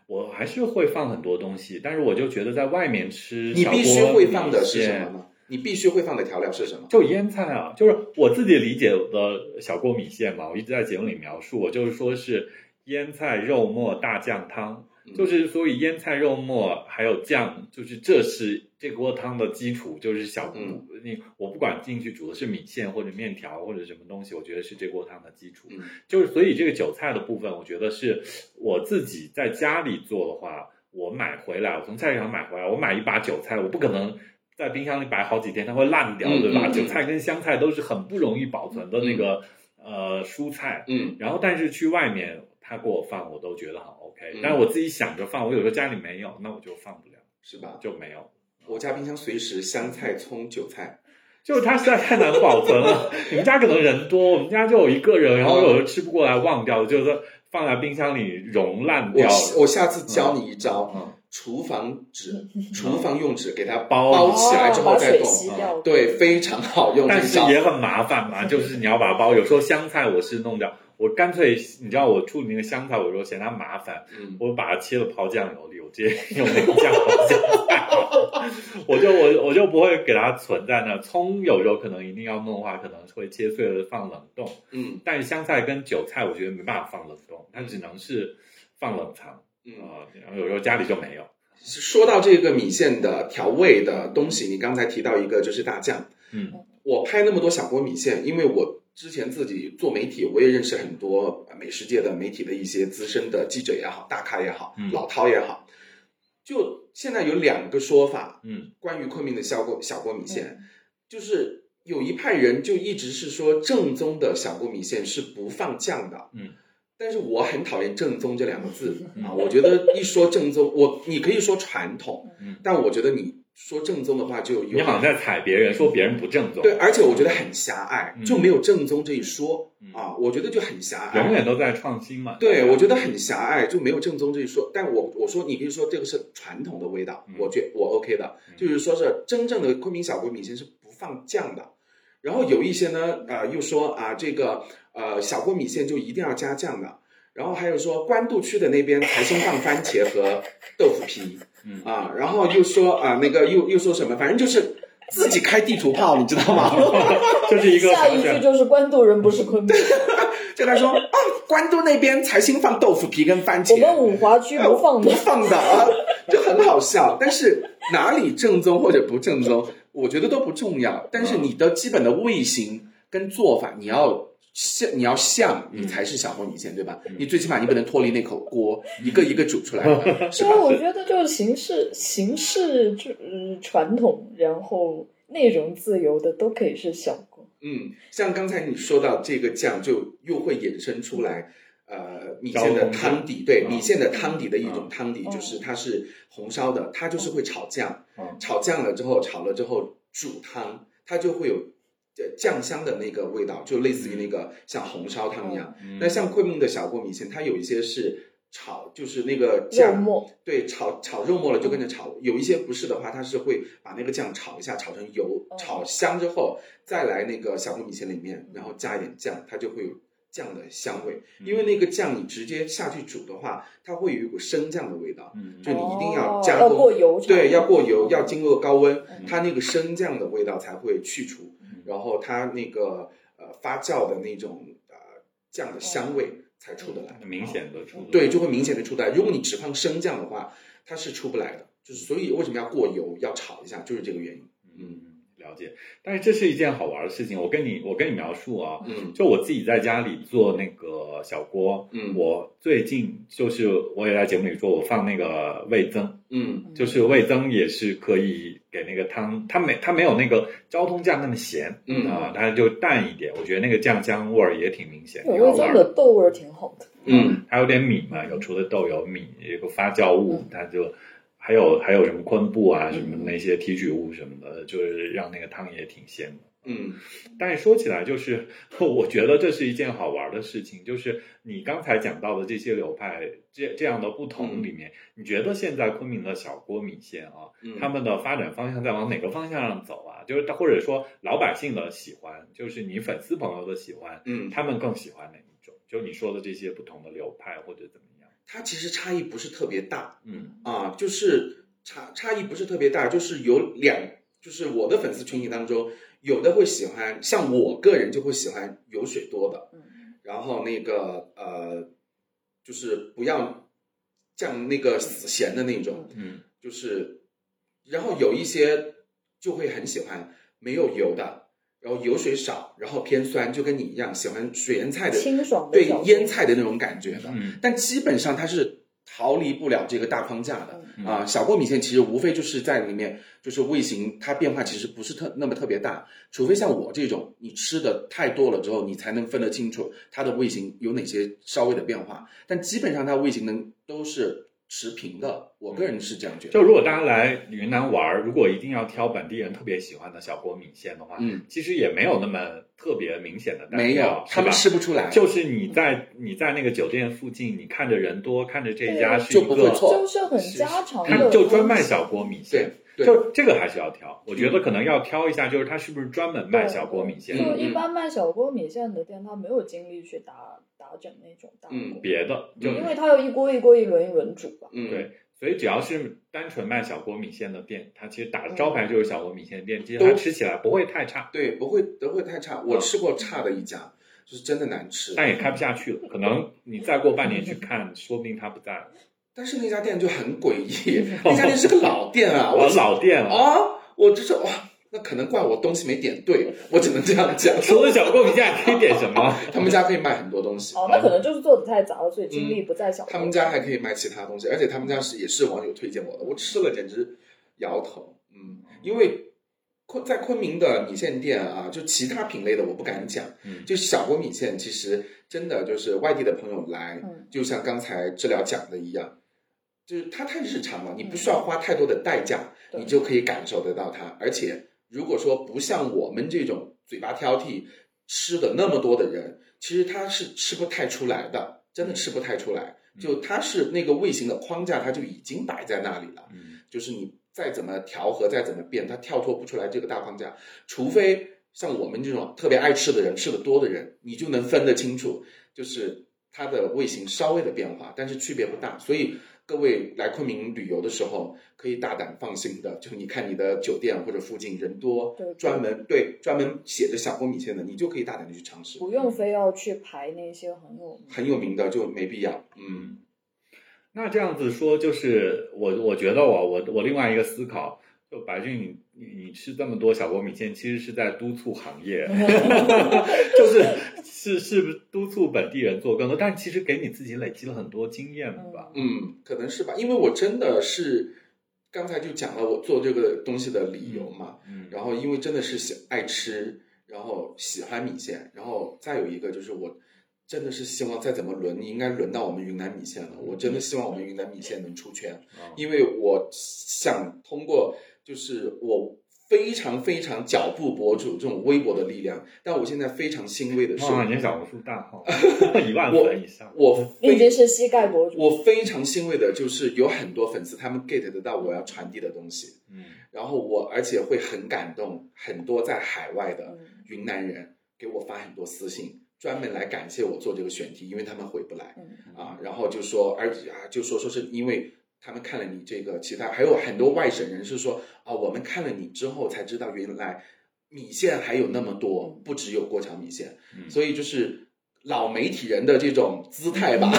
A: 我还是会放很多东西，但是我就觉得在外面吃
C: 你
A: 小
C: 必须
A: 锅
C: 会放的
A: 米
C: 是什
A: 线
C: 么呢？你必须会放的调料是什么？
A: 就腌菜啊，就是我自己理解的小锅米线嘛，我一直在节目里描述，我就是说是腌菜肉末大酱汤，
C: 嗯
A: 就是所以腌菜肉末还有酱，就是这是这锅汤的基础，就是小
C: 嗯
A: 你我不管进去煮的是米线或者面条或者什么东西，我觉得是这锅汤的基础。
C: 嗯
A: 就是所以这个韭菜的部分，我觉得是我自己在家里做的话，我买回来，我从菜市场买回来，我买一把韭菜，我不可能在冰箱里摆好几天，它会烂掉，
C: 嗯
A: 对吧？
C: 嗯嗯
A: 韭菜跟香菜都是很不容易保存的那个、呃蔬菜，
C: 嗯
A: 然后但是去外面他给我放，我都觉得很 OK，、
C: 嗯
A: 但是我自己想着放，我有时候家里没有，那我就放不了，
C: 是吧？
A: 就没有。
C: 我家冰箱随时香菜、葱、韭菜，
A: 就是它实在太难保存
C: *laughs*
A: 了。你们家可能人多，我们家就有一个人，然后有时候吃不过来，忘掉了，就是放在冰箱里融烂
C: 我
A: 掉了。
C: 我下次教你一招，
A: 嗯
C: 厨房纸、厨房用纸给它
A: 包
C: 包起来之后
B: 把
C: 再
B: 水
A: 哦
C: 冻，
B: 吸掉。
C: 对，非常好用这
A: 但
C: 一
A: 是
C: 招。
A: 也很麻烦
C: *laughs*
A: 嘛，就是你要把它包。有时候香菜我是弄掉，我干脆你知道我处理那个香菜，我说嫌它麻烦，
C: 嗯，
A: 我把它切了泡酱油里，我直接用那个酱泡香
C: *laughs*
A: 菜，我就我我就不会给它存在那。葱有时候可能一定要弄的话，可能会切碎了放冷冻。
C: 嗯
A: 但是香菜跟韭菜，我觉得没办法放冷冻，它只能是放冷藏
C: 嗯。
A: 啊、然后有时候家里就没有。
C: 说到这个米线的调味的东西，你刚才提到一个就是大酱。
A: 嗯
C: 我拍那么多小锅米线，因为我之前自己做媒体，我也认识很多美食界的媒体的一些资深的记者也好，大咖也好，
A: 嗯
C: 老饕也好。就现在有两个说法
A: 嗯
C: 关于昆明的小锅小锅米线，就是有一派人就一直是说正宗的小锅米线是不放酱的，
A: 嗯，
C: 但是我很讨厌“正宗”这两个字
A: 嗯
C: 啊，我觉得一说正宗，我你可以说传统，
A: 嗯，
C: 但我觉得你说正宗的话就有
A: 你好像在踩别人，说别人不正宗，
C: 对，，而且我觉得很狭隘，
A: 嗯
C: 就没有正宗这一说
A: 嗯
C: 啊，我觉得就很狭
A: 永
C: 隘。
A: 远都在创新嘛。
C: 对，我觉得很狭隘，就没有正宗这一说。但我我说，你可以说这个是传统的味道
A: 嗯，
C: 我觉我 OK 的，就是说是真正的昆明小锅米线是不放酱的。然后有一些呢，呃，又说啊，这个呃小锅米线就一定要加酱的。然后还有说官渡区的那边才生放番茄和豆腐皮，
A: 嗯
C: 啊，然后又说啊那个又又说什么，反正就是自己开地图炮，你知道吗？ *laughs*
A: 就是一个
B: 下一
A: 小
B: 句
A: 选
B: 就是关渡人不是昆明，
C: 就他说啊，关渡那边才兴放豆腐皮跟番茄，
B: 我们五华区不放
C: 不
B: 的。
C: 放的啊，就很好笑。但是哪里正宗或者不正宗，我觉得都不重要。但是你的基本的味型跟做法，你要。像你要像你才是小锅米线，对吧？
A: 嗯
C: 你最起码你不能脱离那口锅，一个一个煮出来的， *laughs* 是
B: 所
C: 吧
B: 以？
A: 嗯
B: 我觉得就是形式、形式就、呃、传统，然后内容自由的都可以是小锅。
C: 嗯，像刚才你说到这个酱，就又会衍生出来，呃，米线的汤底，对，
A: 嗯
C: 米线的汤底的一种
A: 嗯
C: 汤底，
B: 嗯
C: 就是它是红烧的，它就是会炒酱
A: 嗯，
C: 炒酱了之后，炒了之后煮汤，它就会有呃酱香的那个味道，就类似于那个像红烧汤一样。
A: 嗯
C: 那像昆明的小锅米线，它有一些是炒，就是那个
B: 肉
C: 酱
B: 末，
C: 对，炒炒肉末了就跟着炒，有一些不是的话，它是会把那个酱炒一下，炒成油，
B: 哦
C: 炒香之后，再来那个小锅米线里面，然后加一点酱，它就会有酱的香味。因为那个酱你直接下去煮的话，它会有一股生酱的味道，
A: 嗯
C: 就你一定
B: 哦
C: 加
B: 要
C: 工，
B: 过油炒
C: 对，要过油，要经过高温，
B: 嗯
C: 它那个生酱的味道才会去除，
A: 嗯
B: 哦
C: 然后它那个呃发酵的那种呃酱的香味才出得来，
A: 很嗯明显的出入
C: 对，就会明显的出来。如果你只放生酱的话，它是出不来的。就是所以为什么要过油，要炒一下，就是这个原因。
A: 嗯了解。但是这是一件好玩的事情，我跟你我跟你描述啊，
C: 嗯
A: 就我自己在家里做那个小锅，
C: 嗯
A: 我最近就是我也在节目里说，我放那个味增，
C: 嗯
A: 就是味增也是可以给那个汤，它没它没有那个昭通酱那么咸，
C: 嗯
A: 啊，它就淡一点，我觉得那个酱香味儿也挺明显，
B: 有
A: 挺好
B: 味
A: 玩
B: 增的豆味儿挺好的。
C: 嗯
A: 还有点米嘛，有除了豆有米，有个发酵物，
B: 嗯
A: 它就还有还有什么昆布啊，什么那些提取物什么的，就是让那个汤也挺鲜的。
C: 嗯
A: 但是说起来，就是 *laughs* 我觉得这是一件好玩的事情，就是你刚才讲到的这些流派，这这样的不同里面，你觉得现在昆明的小锅米线啊，
C: 嗯，
A: 他们的发展方向在往哪个方向上走啊？就是或者说老百姓的喜欢，就是你粉丝朋友的喜欢，
C: 嗯，
A: 他们更喜欢哪一种？就你说的这些不同的流派或者怎么样？
C: 它其实差异不是特别大
A: 嗯
C: 啊，就是差差异不是特别大，就是有两，就是我的粉丝群体当中，有的会喜欢，像我个人就会喜欢油水多的，
B: 嗯
C: 然后那个呃，就是不要酱那个死咸的那种，
A: 嗯
C: 就是，然后有一些就会很喜欢没有油的，然后油水少，然后偏酸，就跟你一样喜欢水腌菜的
B: 清爽的
C: 对
B: 小
C: 腌
B: 吃
C: 菜的那种感觉的，
A: 嗯
C: 但基本上它是逃离不了这个大框架的。
B: 嗯
A: 嗯
C: 啊，小过米线其实无非就是在里面，就是味型它变化其实不是特那么特别大，除非像我这种，你吃的太多了之后，你才能分得清楚它的味型有哪些稍微的变化，但基本上它味型能都是持平的，我个人是这样觉得。
A: 就如果大家来云南玩儿，如果一定要挑本地人特别喜欢的小锅米线的话，
C: 嗯，
A: 其实也没有那么特别明显的代表，
C: 没有，
A: 是
C: 他们
A: 吧
C: 吃不出来，
A: 就是你在你在那个酒店附近，你看着人多，看着这家是
C: 就
A: 一
C: 不会
A: 个，
C: 错
B: 就是很家常
A: 他
B: 的，
A: 就专卖小锅米
C: 对
A: 线。
C: 对，嗯
A: 就这个还是要挑，我觉得可能要挑一下，就是他是不是专门卖小锅米线
C: 对
B: 就
A: 的，
B: 一般卖小锅米线的店，他没有精力去打打整那种大锅，
C: 嗯
A: 别的就
B: 因为他要一锅一锅一轮一轮煮吧。
C: 嗯，
A: 对所以只要是单纯卖小锅米线的店，它其实打
B: 嗯
A: 招牌就是小锅米线店，其实它吃起来不会太差，
C: 对，不会不会太差。
A: 嗯
C: 我吃过差的一家，就是真的难吃，
A: 但也开不下去了。可能你再过半年
B: *laughs*
A: 去看，说不定它不在了，
C: 但是那家店就很诡
A: *laughs*
C: 异，那家店是个老店啊，
A: 我
C: 我
A: 哦老店了。
C: 啊，我就是哇，那可能怪我东西没点对，我只能这样讲。
A: 除了小锅米线，还可以点什么？
C: 他们家可以卖很多东西，
B: 哦，那可能就是做的太杂了，所以精力不在小锅。
C: 嗯他们家还可以卖其他东西，而且他们家是也是网友推荐我的，我吃了简直摇头。嗯，因为昆在昆明的米线店啊，就其他品类的我不敢讲，
A: 嗯
C: 就小锅米线，其实真的就是外地的朋友来，
B: 嗯
C: 就像刚才治疗讲的一样。就是它太日常了，你不需要花太多的代价，
B: 嗯对
C: 你就可以感受得到它。而且，如果说不像我们这种嘴巴挑剔、吃的那么多的人，其实他是吃不太出来的，真的吃不太出来。
A: 嗯
C: 就它是那个味型的框架，它就已经摆在那里了。
A: 嗯
C: 就是你再怎么调和，再怎么变，它跳脱不出来这个大框架。除非像我们这种特别爱吃的人，吃的多的人，你就能分得清楚，就是它的味型稍微的变化，但是区别不大。所以各位来昆明旅游的时候，可以大胆放心的，就你看你的酒店或者附近人多
B: 对，
C: 专门对专门写着小锅米线的，你就可以大胆的去尝试。
B: 不用非要去排那些很有名
C: 很有名的就没必要，嗯。
A: 嗯，那这样子说，就是我我觉得我我我另外一个思考，就白俊，你你你吃这么多小锅米线，其实是在督促行业， *laughs* 就是是是不是督促本地人做更多，但其实给你自己累积了很多经验吧。
C: 嗯，可能是吧，因为我真的是刚才就讲了我做这个东西的理由嘛，
A: 嗯
C: 然后因为真的是喜爱吃，然后喜欢米线，然后再有一个就是我真的是希望再怎么轮，应该轮到我们云南米线了。我真的希望我们云南米线能出圈，
A: 嗯
C: 因为我想通过就是我。非常非常脚步博主这种微博的力量，但我现在非常欣慰的是，
A: 哇，啊你的小嗯红书大号一万
C: 我
A: 粉以上，
C: 我
B: 你已
C: 非
B: 经是膝盖博主，
C: 我非常欣慰的就是有很多粉丝他们 get 得到我要传递的东西，
A: 嗯
C: 然后我而且会很感动，很多在海外的
B: 嗯
C: 云南人给我发很多私信，专门来感谢我做这个选题，因为他们回不来
B: 嗯
C: 啊，然后就说而且啊就说说是因为。他们看了你这个，其他还有很多外省人是说啊，我们看了你之后才知道，原来米线还有那么多，不只有过桥米线。
A: 嗯
C: 所以就是老媒体人的这种姿态吧，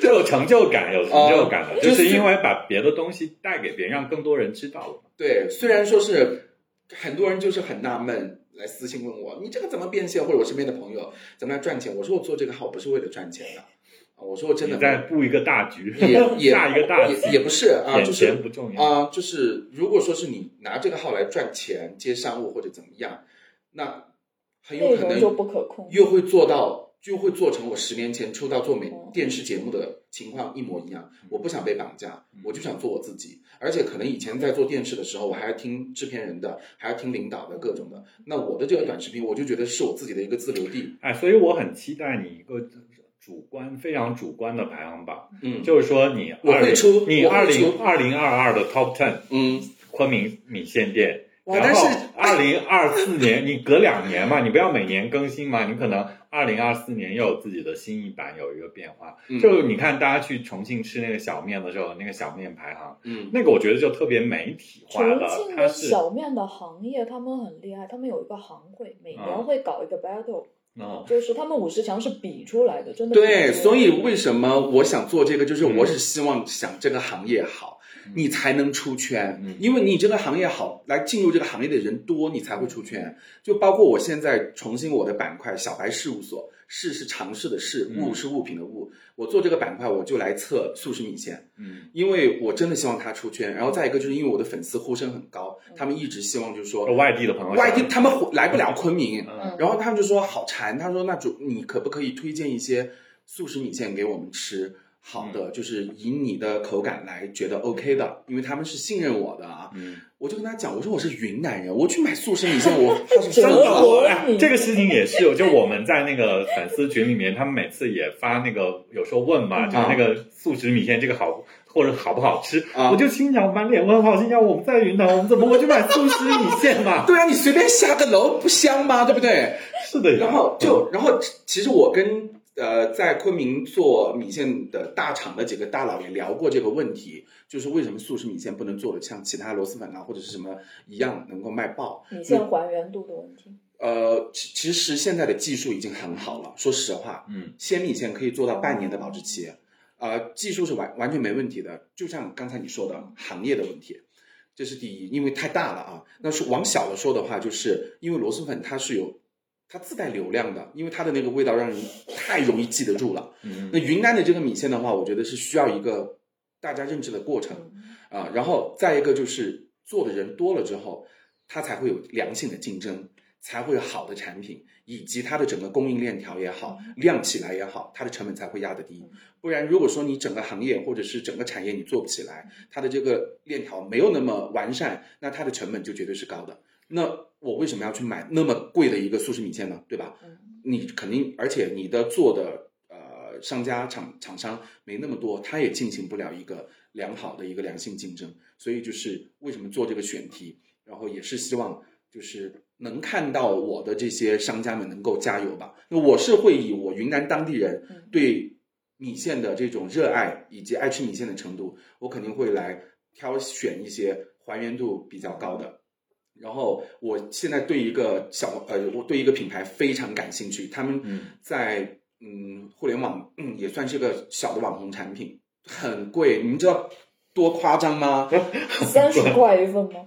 A: 这有成 *laughs* 就感，有成就感的，
C: 啊
A: 就
C: 就是
A: 是因为把别的东西带给别人，让更多人知道了。
C: 对，虽然说是很多人就是很纳闷，来私信问我，你这个怎么变现？或者我身边的朋友怎么来赚钱？我说我做这个号不是为了赚钱的，啊我说我真的
A: 你在布一个大局，
C: 也
A: *laughs*
C: 也
A: 下一个大
C: 也
A: 局，
C: 也不是啊，
A: 眼
C: 就是
A: 前不重要
C: 啊、就是如果说是你拿这个号来赚钱、接商务或者怎么样，那很有
B: 内
C: 可
B: 容就
C: 能
B: 不可控。
C: 又会做到，就会做成我十年前出道做美
B: 嗯
C: 电视节目的情况一模一样。我不想被绑架，我就想做我自己。而且可能以前在做电视的时候，我还要听制片人的，还要听领导的各种的。那我的这个短视频，我就觉得是我自己的一个自留地。
A: 哎，所以我很期待你一个主观、非常主观的排行榜，
C: 嗯
A: 就是说你
C: 我
A: 二
C: 会
A: 零
C: 出
A: 你
C: 我
A: 二
C: 会出
A: 零二零二二的 Top Ten
C: 嗯，
A: 昆明米线店。
C: 哇
A: 然
C: 但
A: 后哎
C: 是
A: 二零二四年，你隔两年嘛，你不要每年更新嘛，你可能二零二四年又有自己的新一版，有一个变化。
C: 嗯
A: 就你看大家去重庆吃那个小面的时候，那个小面排行，
C: 嗯
A: 那个我觉得就特别媒体化
B: 重
A: 了
B: 庆，
A: 它
B: 的
A: 是
B: 小面的行业，他们很厉害，他们有一个行会，每
A: 嗯
B: 年会搞一个 battle，、
A: 嗯
B: 就是他们五十强是比出来的，真的比出来的。
C: 对，所以为什么我想做这个，
A: 嗯
C: 就是我是希望想这个行业好，你才能出圈，
A: 嗯
C: 因为你这个行业好，来进入这个行业的人多，你才会出圈。就包括我现在重新我的板块小白事务所，事是尝试的事，
A: 嗯
C: 物是物品的物，我做这个板块我就来测速食米线。
A: 嗯，
C: 因为我真的希望他出圈，然后再一个就是因为我的粉丝呼声很高，他们一直希望就是说
A: 外地的朋友，
C: 外地他们回来不了昆明，
A: 嗯
C: 然后他们就说好馋，他说那主你可不可以推荐一些速食米线给我们吃？好的，就是以你的口感来觉得 OK 的，因为他们是信任我的啊。
A: 嗯，
C: 我就跟他讲，我说我是云南人，我去买速食米线，我他是
B: 折
C: 香港
B: 磨
C: 人
A: 哎，这个事情也是，就我们在那个粉丝群里面，他们每次也发那个，有时候问嘛，
B: 嗯
A: 就是那个素食米线这个好或者好不好吃，
C: 啊
A: 我就心想满脸问号，心想我们在云南，我们怎么会去买素食米线嘛？
C: 对啊，你随便下个楼不香吗？对不对？
A: 是的呀，
C: 然后就，然后其实我跟呃在昆明做米线的大厂的几个大佬也聊过这个问题，就是为什么速食米线不能做的像其他螺蛳粉啊或者是什么一样能够卖爆？
B: 米线还原度的问题，
C: 呃，其其实现在的技术已经很好了，说实话，
A: 嗯，
C: 鲜米线可以做到半年的保质期，呃，技术是完完全没问题的。就像刚才你说的行业的问题，这是第一，因为太大了啊。那是往小了说的话，就是因为螺蛳粉它是有它自带流量的，因为它的那个味道让人太容易记得住了。
A: 嗯
C: 那云南的这个米线的话，我觉得是需要一个大家认知的过程
B: 嗯
C: 啊、然后再一个就是做的人多了之后，它才会有良性的竞争，才会有好的产品，以及它的整个供应链条也好，量起来也好，它的成本才会压得低。不然，如果说你整个行业或者是整个产业你做不起来，它的这个链条没有那么完善，那它的成本就绝对是高的。那我为什么要去买那么贵的一个速食米线呢？对吧？
B: 嗯，
C: 你肯定，而且你的做的呃商家厂厂商没那么多，他也进行不了一个良好的一个良性竞争。所以就是为什么做这个选题，然后也是希望就是能看到我的这些商家们能够加油吧。那我是会以我云南当地人
B: 嗯
C: 对米线的这种热爱以及爱吃米线的程度，我肯定会来挑选一些还原度比较高的。然后我现在对一个小呃，我对一个品牌非常感兴趣，他
A: 嗯
C: 们在嗯互联网嗯也算是个小的网红产品，很贵，你们知道多夸张吗？
B: 三十块一份吗？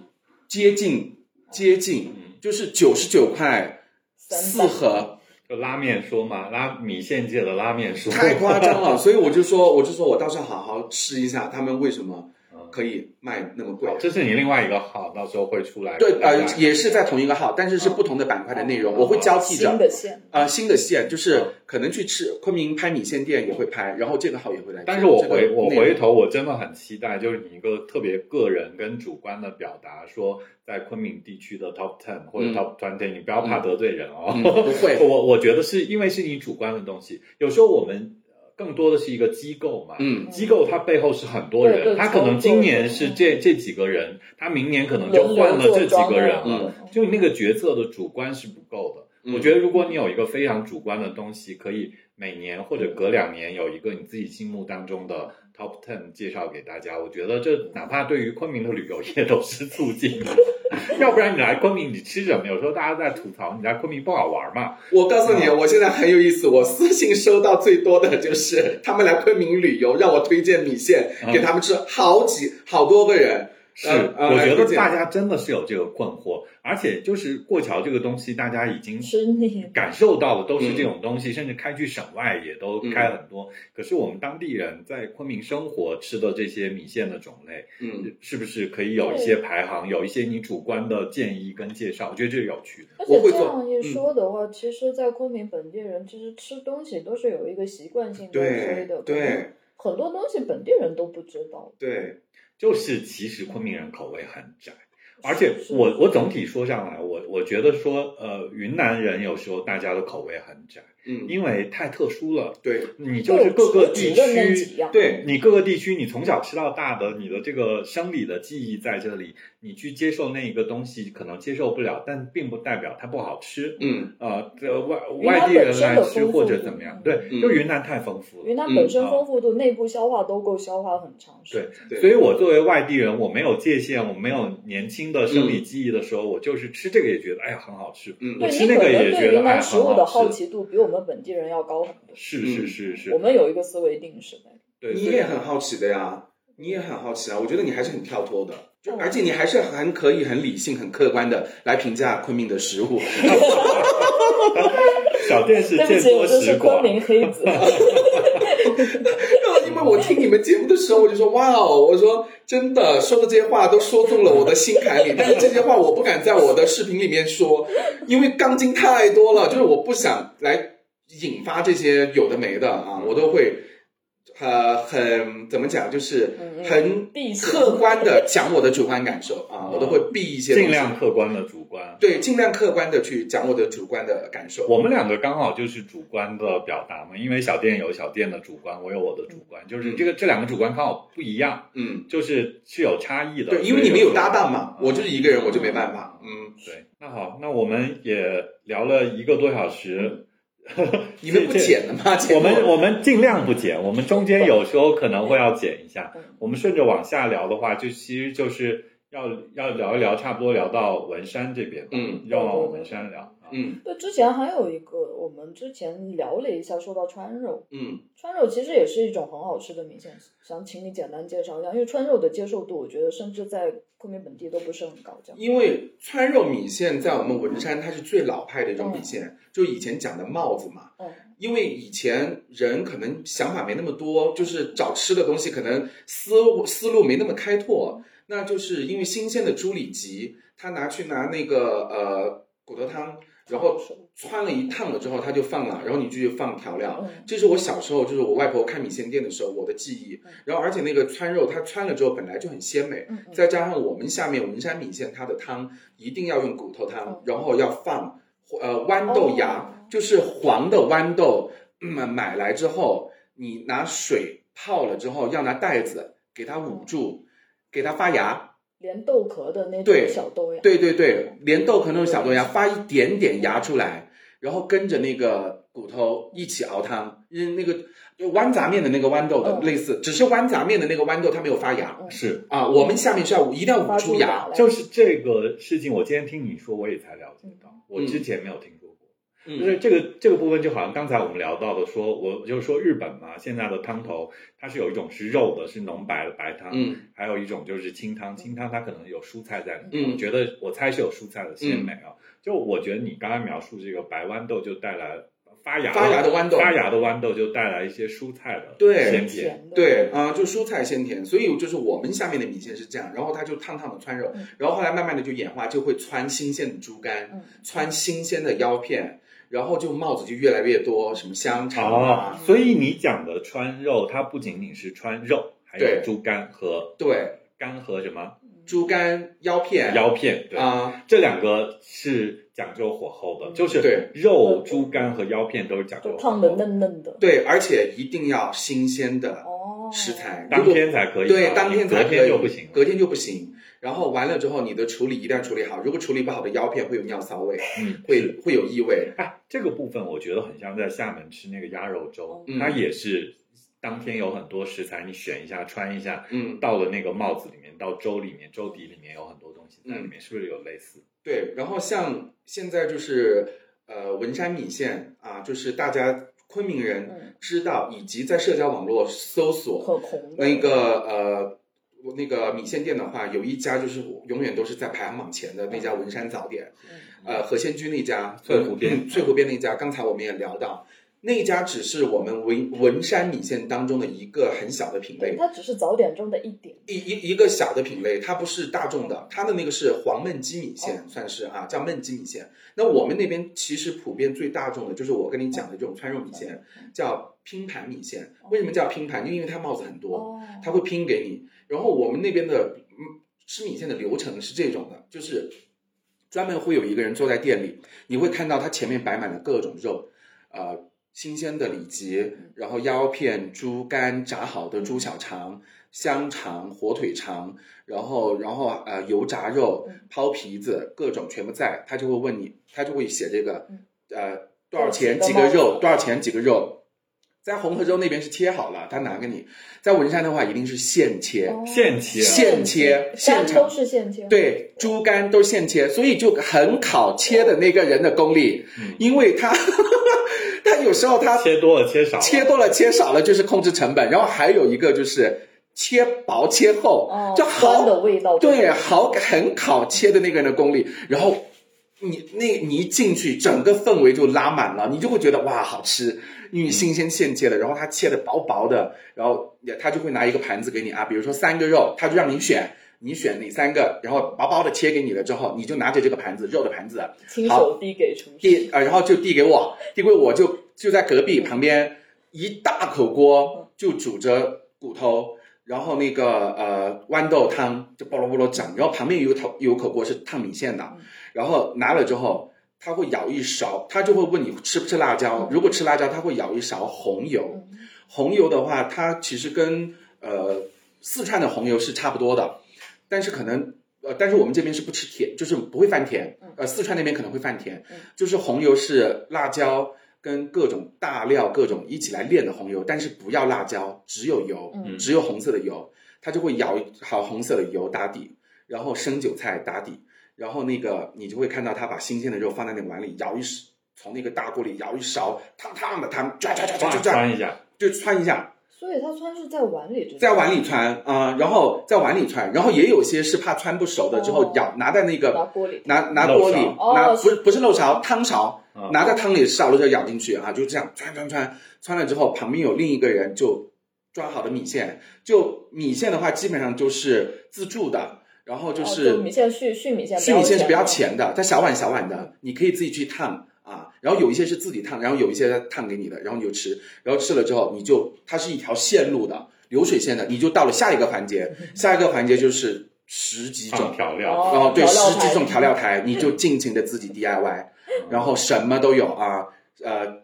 C: 接近接近
A: 嗯，
C: 就是九十九块
B: 三
C: 四
B: 百
C: 盒，
A: 就拉面说嘛，拉米线界的拉面说，
C: 太夸张 *laughs* 了，所以我就说，我就说我到时候好好吃一下，他们为什么
A: 嗯
C: 可以卖那么贵
A: 好？这是你另外一个号，到时候会出来。
C: 对，呃，也是在同一个号，但是是不同的板块的内容，我会交替着
B: 新。的线，
C: 啊、新嗯的线就是可能去吃昆明拍米线店也会拍，然后这个号也会来做。
A: 但是我回
C: 这个
A: 我
C: 内容
A: 回头，我真的很期待，就是你一个特别个人跟主观的表达，说在昆明地区的 top ten 或者
C: 嗯
A: top twenty，、你不要怕得罪人哦。 *laughs*
C: 嗯不会
A: 我我觉得是因为是你主观的东西，有时候我们呃更多的是一个机构嘛。
C: 嗯
A: 机构它背后是很多人，
B: 对对
A: 他可能今年
B: 操作嗯
A: 是这这几个人，他明年可嗯能就换了这几个人
B: 轮
A: 了嗯
B: 流，做
A: 就那个决策的主观是不够的。
C: 嗯
A: 我觉得，如果你有一个非常主观的东西，可以每年或者隔两年有一个你自己心目当中的 top ten 介绍给大家。我觉得这哪怕对于昆明的旅游业都是促进的， *laughs* 要不然你来昆明你吃什么？有时候大家在吐槽你来昆明不好玩嘛。
C: 我告诉你，
A: 嗯
C: 我现在很有意思。我私信收到最多的就是他们来昆明旅游，让我推荐米线
A: 嗯
C: 给他们吃，好几好多个人。
A: 是，
C: 嗯嗯
A: 呃我觉
C: 来
A: 得
C: 理解
A: 大家真的是有这个困惑，而且就是过桥这个东西，大家已经
B: 吃腻了。
A: 感受到的都
C: 嗯
A: 是这种东西，甚至开去省外也都开很多。可是我们当地人在昆明生活吃的这些米线的种类，
C: 嗯，
A: 是不是可以有一些排行，有一些你主观的建议跟介绍？我觉得嗯这是有趣的。
B: 而
C: 我
B: 且
C: 会
B: 这
C: 做
B: 样一说的话，其实，在昆明本地人其实吃东西都是有一个习惯性在
C: 对
B: 追的，可能
C: 对，
B: 很多东西本地人都不知道。
C: 对，
A: 就是其实昆明人口味很窄，而且
B: 是
A: 我我总体说上来，我我觉得说呃，云南人有时候大家的口味很窄，
C: 嗯，
A: 因为太特殊了。
C: 对，
A: 你就是各个地
B: 就只认那几
A: 区，
B: 样
A: 对你各个地区，你从小吃到大的，你的这个生理的记忆在这里，你去接受那一个东西，可能接受不了，但并不代表它不好吃。
C: 嗯
A: 呃，这外
B: 云南
A: 外地人
B: 本身
A: 来
B: 的
A: 吃
B: 丰富
A: 或者
B: 度
A: 怎么样，
B: 嗯
A: 对，
C: 嗯
A: 就云南太丰富了。
B: 云南
C: 嗯
B: 本身
A: 啊
B: 丰富度、内部消化都够消化很长时间。
C: 对
A: 所以我作为外地人，我没有界限，我没有年轻的生理
C: 嗯
A: 记忆的时候，我就是吃这个也觉得哎呀很好吃，
C: 嗯
A: 我
B: 对
A: 吃
B: 你
A: 那
B: 可能
A: 个也觉
B: 对
A: 得
B: 云
A: 哎
B: 南食物
A: 很
B: 的好
A: 好吃。
B: 奇度比我们本地人要高很多。
A: 是是是是
B: 我，们有一个思维定式呗，
A: 对，
C: 你
A: 所以
C: 也很好奇的呀，你也很好奇啊。我觉得你还是很跳脱的，就
B: 嗯
C: 而且你还是很可以、很理性、很客观的来评价昆明的食物。
A: 小店是
B: *laughs* 对不
A: 见
B: 起，
A: 多
B: 我就是
A: 识
B: 昆
A: 广。
B: 明黑
C: *laughs*
B: 子。 *laughs*
C: 因为我听你们节目的时候，我就说哇哦，我说真的，说的这些话都说中了我的心
B: *laughs*
C: 坎里，但是这些话我不敢在我的视频里面说，因为杠精太多了，就是我不想来引发这些有的没的啊，
B: 嗯
C: 我都会。呃，很怎么讲，就是
B: 嗯嗯
C: 很
B: 避嫌嗯
C: 客观的讲我的主观感受啊，我都会避一些东西，
A: 尽量客观的主观。
C: 对，尽量客观的去讲我的主观的感受。
A: 我们两个刚好就是主观的表达嘛，因为小店有小店的主观，我有我的主观，
B: 嗯
A: 就是这个这两个主观刚好不一样，
C: 嗯，
A: 就是是有差异的。
C: 对，因为你们有搭档嘛，
A: 嗯
C: 我就是一个人，我就没办法。嗯，
A: 啊对，那好，那我们也聊了一个多小时，
C: 你们不
A: 这
C: 剪了吗？剪
A: 我们
C: 了
A: 我们尽量不剪，我们中间有时候可能会要剪一下
B: 嗯。
A: 我们顺着往下聊的话，就其实就是要要聊一聊，差不多聊到文山这边，
C: 嗯，
A: 要往文山聊。啊
C: 嗯
B: 对，之前还有一个，我们之前聊了一下，说到川肉，
C: 嗯
B: 川肉其实也是一种很好吃的米线，想请你简单介绍一下，因为川肉的接受度，我觉得甚至在昆明本地都不是很高，这样。
C: 因为川肉米线在我们文山它是最老派的一种米线，就以前讲的帽子嘛。
B: 嗯，
C: 因为以前人可能想法没那么多，就是找吃的东西可能思思路没那么开拓，那就是因为新鲜的猪里脊，他拿去拿那个呃骨头汤，然后穿了一烫了之后，他就放了，然后你继续放调料，
B: 嗯，
C: 这是我小时候，就是我外婆开米线店的时候我的记忆
B: 嗯。
C: 然后，而且那个川肉它穿了之后本来就很鲜美，
B: 嗯嗯
C: 再加上我们下面文山米线它的汤一定要用骨头汤
B: 哦，
C: 然后要放呃豌豆芽
B: 哦，
C: 就是黄的豌豆，嗯买来之后你拿水泡了之后，要拿袋子给它捂住，给它发芽。
B: 连豆壳的那种
C: 对
B: 小豆芽，
C: 对对对，连豆壳那种小豆芽发一点点芽出来，然后跟着那个骨头一起熬汤，嗯，那个就豌杂面的那个豌豆的
B: 嗯
C: 类似，只是豌杂面的那个豌豆它没有发芽
B: 嗯
A: 是，
C: 啊。我们下面是要捂一定要捂
B: 发
C: 出
B: 出
C: 芽，
B: 来，
A: 就是这个事情，我今天听你说，我也才了解到，我之前没有听说过。就
C: 嗯
A: 是这个这个部分，就好像刚才我们聊到的说，我就是说日本嘛，现在的汤头它是有一种是肉的，是浓白的白汤，
C: 嗯
A: 还有一种就是清汤，清汤它可能有蔬菜在里面，
C: 嗯
A: 我觉得我猜是有蔬菜的鲜美啊。就我觉得你刚才描述这个白豌豆就带来发芽
C: 发芽的豌豆
A: 发芽的豌豆就带来一些蔬菜的
C: 对
A: 鲜甜。
B: 甜的，
C: 对啊、就蔬菜鲜甜，所以就是我们下面的米线是这样，然后它就烫烫的穿肉
B: 嗯，
C: 然后后来慢慢的就演化，就会穿新鲜的猪肝，
B: 嗯，
C: 穿新鲜的腰片，然后就帽子就越来越多，什么香肠
A: 哦
C: 啊，，
A: 所以你讲的川肉，它不仅仅是川肉，还有
C: 对
A: 猪肝和
C: 对，
A: 肝和什么
B: 嗯
C: 猪肝腰片
A: 腰片，对，
C: 啊、
A: 这两个是讲究火候的，
B: 嗯
A: 就是
C: 对
A: 肉、猪肝和腰片都是讲究
B: 就
A: 火
B: 胖的
A: 候，
B: 嫩嫩的，
C: 对，而且一定要新鲜的
B: 哦，
C: 食材，如
A: 当
C: 果
A: 天才可以啊，
C: 对当天
A: 你
C: 才
A: 隔
C: 可以
A: 天就不行了。
C: 隔天就不行。然后完了之后，你的处理一定要处理好，如果处理不好的腰片会有尿骚味，
A: 嗯，
C: 会会有异味。
A: 哎，这个部分我觉得很像在厦门吃那个鸭肉粥，
C: 嗯
A: 它也是当天有很多食材，你选一下穿一下，
C: 嗯，
A: 到了那个帽子里面，到粥里面，粥底里面有很多东西在里面，是不是有类似？
C: 对。然后像现在就是呃文山米线啊，就是大家昆明人
B: 嗯
C: 知道，以及在社交网络搜索
B: 很红的
C: 那个呃。我那个米线店的话，有一家就是永远都是在排行榜前的那家文山早点，
B: 嗯
C: 呃，何仙居那家，
A: 翠湖边
C: 嗯翠湖边那家，刚才我们也聊到，那家只是我们文文山米线当中的一个很小的品类，
B: 它只是早点中的一点。
C: 一一一个小的品类，它不是大众的，它的那个是黄焖鸡米线，算是啊，叫焖鸡米线。那我们那边其实普遍最大众的就是我跟你讲的这种川肉米线，叫拼盘米线。为什么叫拼盘？就因为它帽子很多，
B: 哦，
C: 它会拼给你。然后我们那边的嗯吃米线的流程是这种的，就是专门会有一个人坐在店里，你会看到他前面摆满了各种肉，呃，新鲜的里脊，然后腰片、猪肝、炸好的猪小肠、香肠、火腿肠，然后然后呃油炸肉
B: 嗯、
C: 抛皮子，各种全部在，他就会问你，他就会写这个
B: 嗯
C: 呃多少钱
B: 多少
C: 几
B: 几个
C: 个肉
B: 包，
C: 多少钱几个肉。在红河州那边是切好了，他拿给你；在文山的话，一定是现切。
B: 哦
A: 现切
C: 现切现
B: 肝
C: 场
B: 都是现切。，
C: 对，猪肝都是现切，所以就很考切的那个人的功力，
A: 嗯
C: 因为他 *laughs* 他有时候他
A: 切多了切少啊了，
C: 嗯切多了切少了就是控制成本，然后还有一个就是切薄切厚，
B: 哦，
C: 就
B: 酸的
C: 好
B: 味道。
C: 对好很考切的那个人的功力，然后。你那你一进去，整个氛围就拉满了，你就会觉得哇好吃，因为新鲜现切的，然后他切的薄薄的，然后也他就会拿一个盘子给你啊，比如说三个肉，他就让你选，你选哪三个，然后薄薄的切给你了之后，你就拿着这个盘子肉的盘子，
B: 亲手递给厨
C: 递
B: 师。
C: 啊，然后就递给我，递给我就就在隔壁旁边一大口锅就煮着骨头，然后那个呃豌豆汤就菠萝菠萝整，然后旁边有口有口锅是烫米线的
B: 嗯，
C: 然后拿了之后。他会舀一勺，他就会问你吃不吃辣椒
B: 嗯。
C: 如果吃辣椒，他会舀一勺红油。
B: 嗯
C: 红油的话，它其实跟呃四川的红油是差不多的，但是可能呃，但是我们这边是不吃甜，就是不会犯甜
B: 嗯。
C: 呃，四川那边可能会犯甜
B: 嗯，
C: 就是红油是辣椒跟各种大料各种一起来炼的红油，但是不要辣椒，只有油，
B: 嗯
C: 只有红色的油，它就会舀好红色的油打底，然后生韭菜打底，然后那个你就会看到他把新鲜的肉放在那个碗里舀一勺。从那个大锅里舀一勺烫烫的汤，抓抓抓抓
A: 哇
C: 抓抓，
A: 穿一下，
C: 就窜一下，
B: 所以它川是在碗里，
C: 在碗里窜啊、然后在碗里窜，然后也有些是怕窜不熟的，之后
B: 哦
C: 舀拿在那
B: 拿
C: 个
B: 锅里。
C: 拿拿锅里
A: 漏
B: 勺
C: 拿
B: 哦
C: 不是
B: 是
C: 不是漏勺汤勺
A: 嗯，
C: 拿在汤里少了就舀进去啊，就这样窜窜窜窜了之后，旁边有另一个人就抓好的米线，就米线的话基本上就是自助的，然后就
B: 哦
C: 是、
B: 米线续续米线，
C: 续米线是比较
B: 要
C: 浅的，它小碗小碗的，你可以自己去烫啊。然后有一些是自己烫，然后有一些烫给你的，然后你就吃。然后吃了之后，你就它是一条线路的流水线的，你就到了下一个环节，下一个环节就是十几
A: 放
C: 种，
A: 调料，
B: 哦
C: 然后对
B: 调料
C: 十几
B: 台
C: 种调料台，你就尽情的自己 DIY，然后什么都有啊，呃，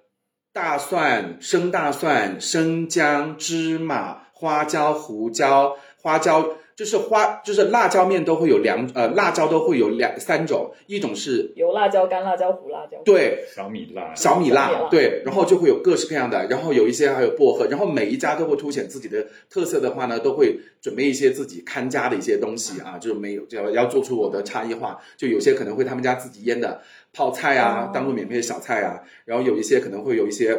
C: 大蒜、生大蒜、生姜、芝麻、花椒、胡椒、花椒，就是花就是辣椒面都会有两呃辣椒都会有两三种，一种是
B: 油辣椒、干辣椒、胡辣椒。，
C: 对
A: 小米辣，
C: 小
B: 小
C: 米
B: 米
C: 辣
B: 辣，
C: 对，然后就会有各式各样的，然后有一些还有薄荷，然后每一家都会凸显自己的特色的话呢，都会准备一些自己看家的一些东西啊，就是没有要要做出我的差异化，就有些可能会他们家自己腌的泡菜啊
B: 哦，
C: 当做免费的小菜啊，然后有一些可能会有一些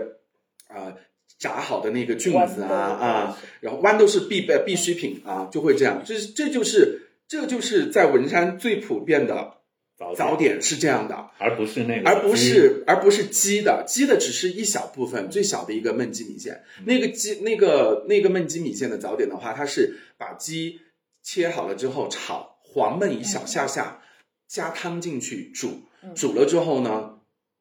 C: 啊、呃炸好的那个菌子啊啊，，然后豌豆是必备必需品啊，就会这样，这是这就是这就是在文山最普遍的早
A: 早点，
C: 点是这样的。
A: 而不是那个，
C: 而不是而不是鸡的，鸡的只是一小部分，最小的一个焖鸡米线。
A: 嗯
C: 那个鸡那个那个焖鸡米线的早点的话，它是把鸡切好了之后炒黄焖一小下下，加汤进去煮，
B: 嗯
C: 煮了之后呢，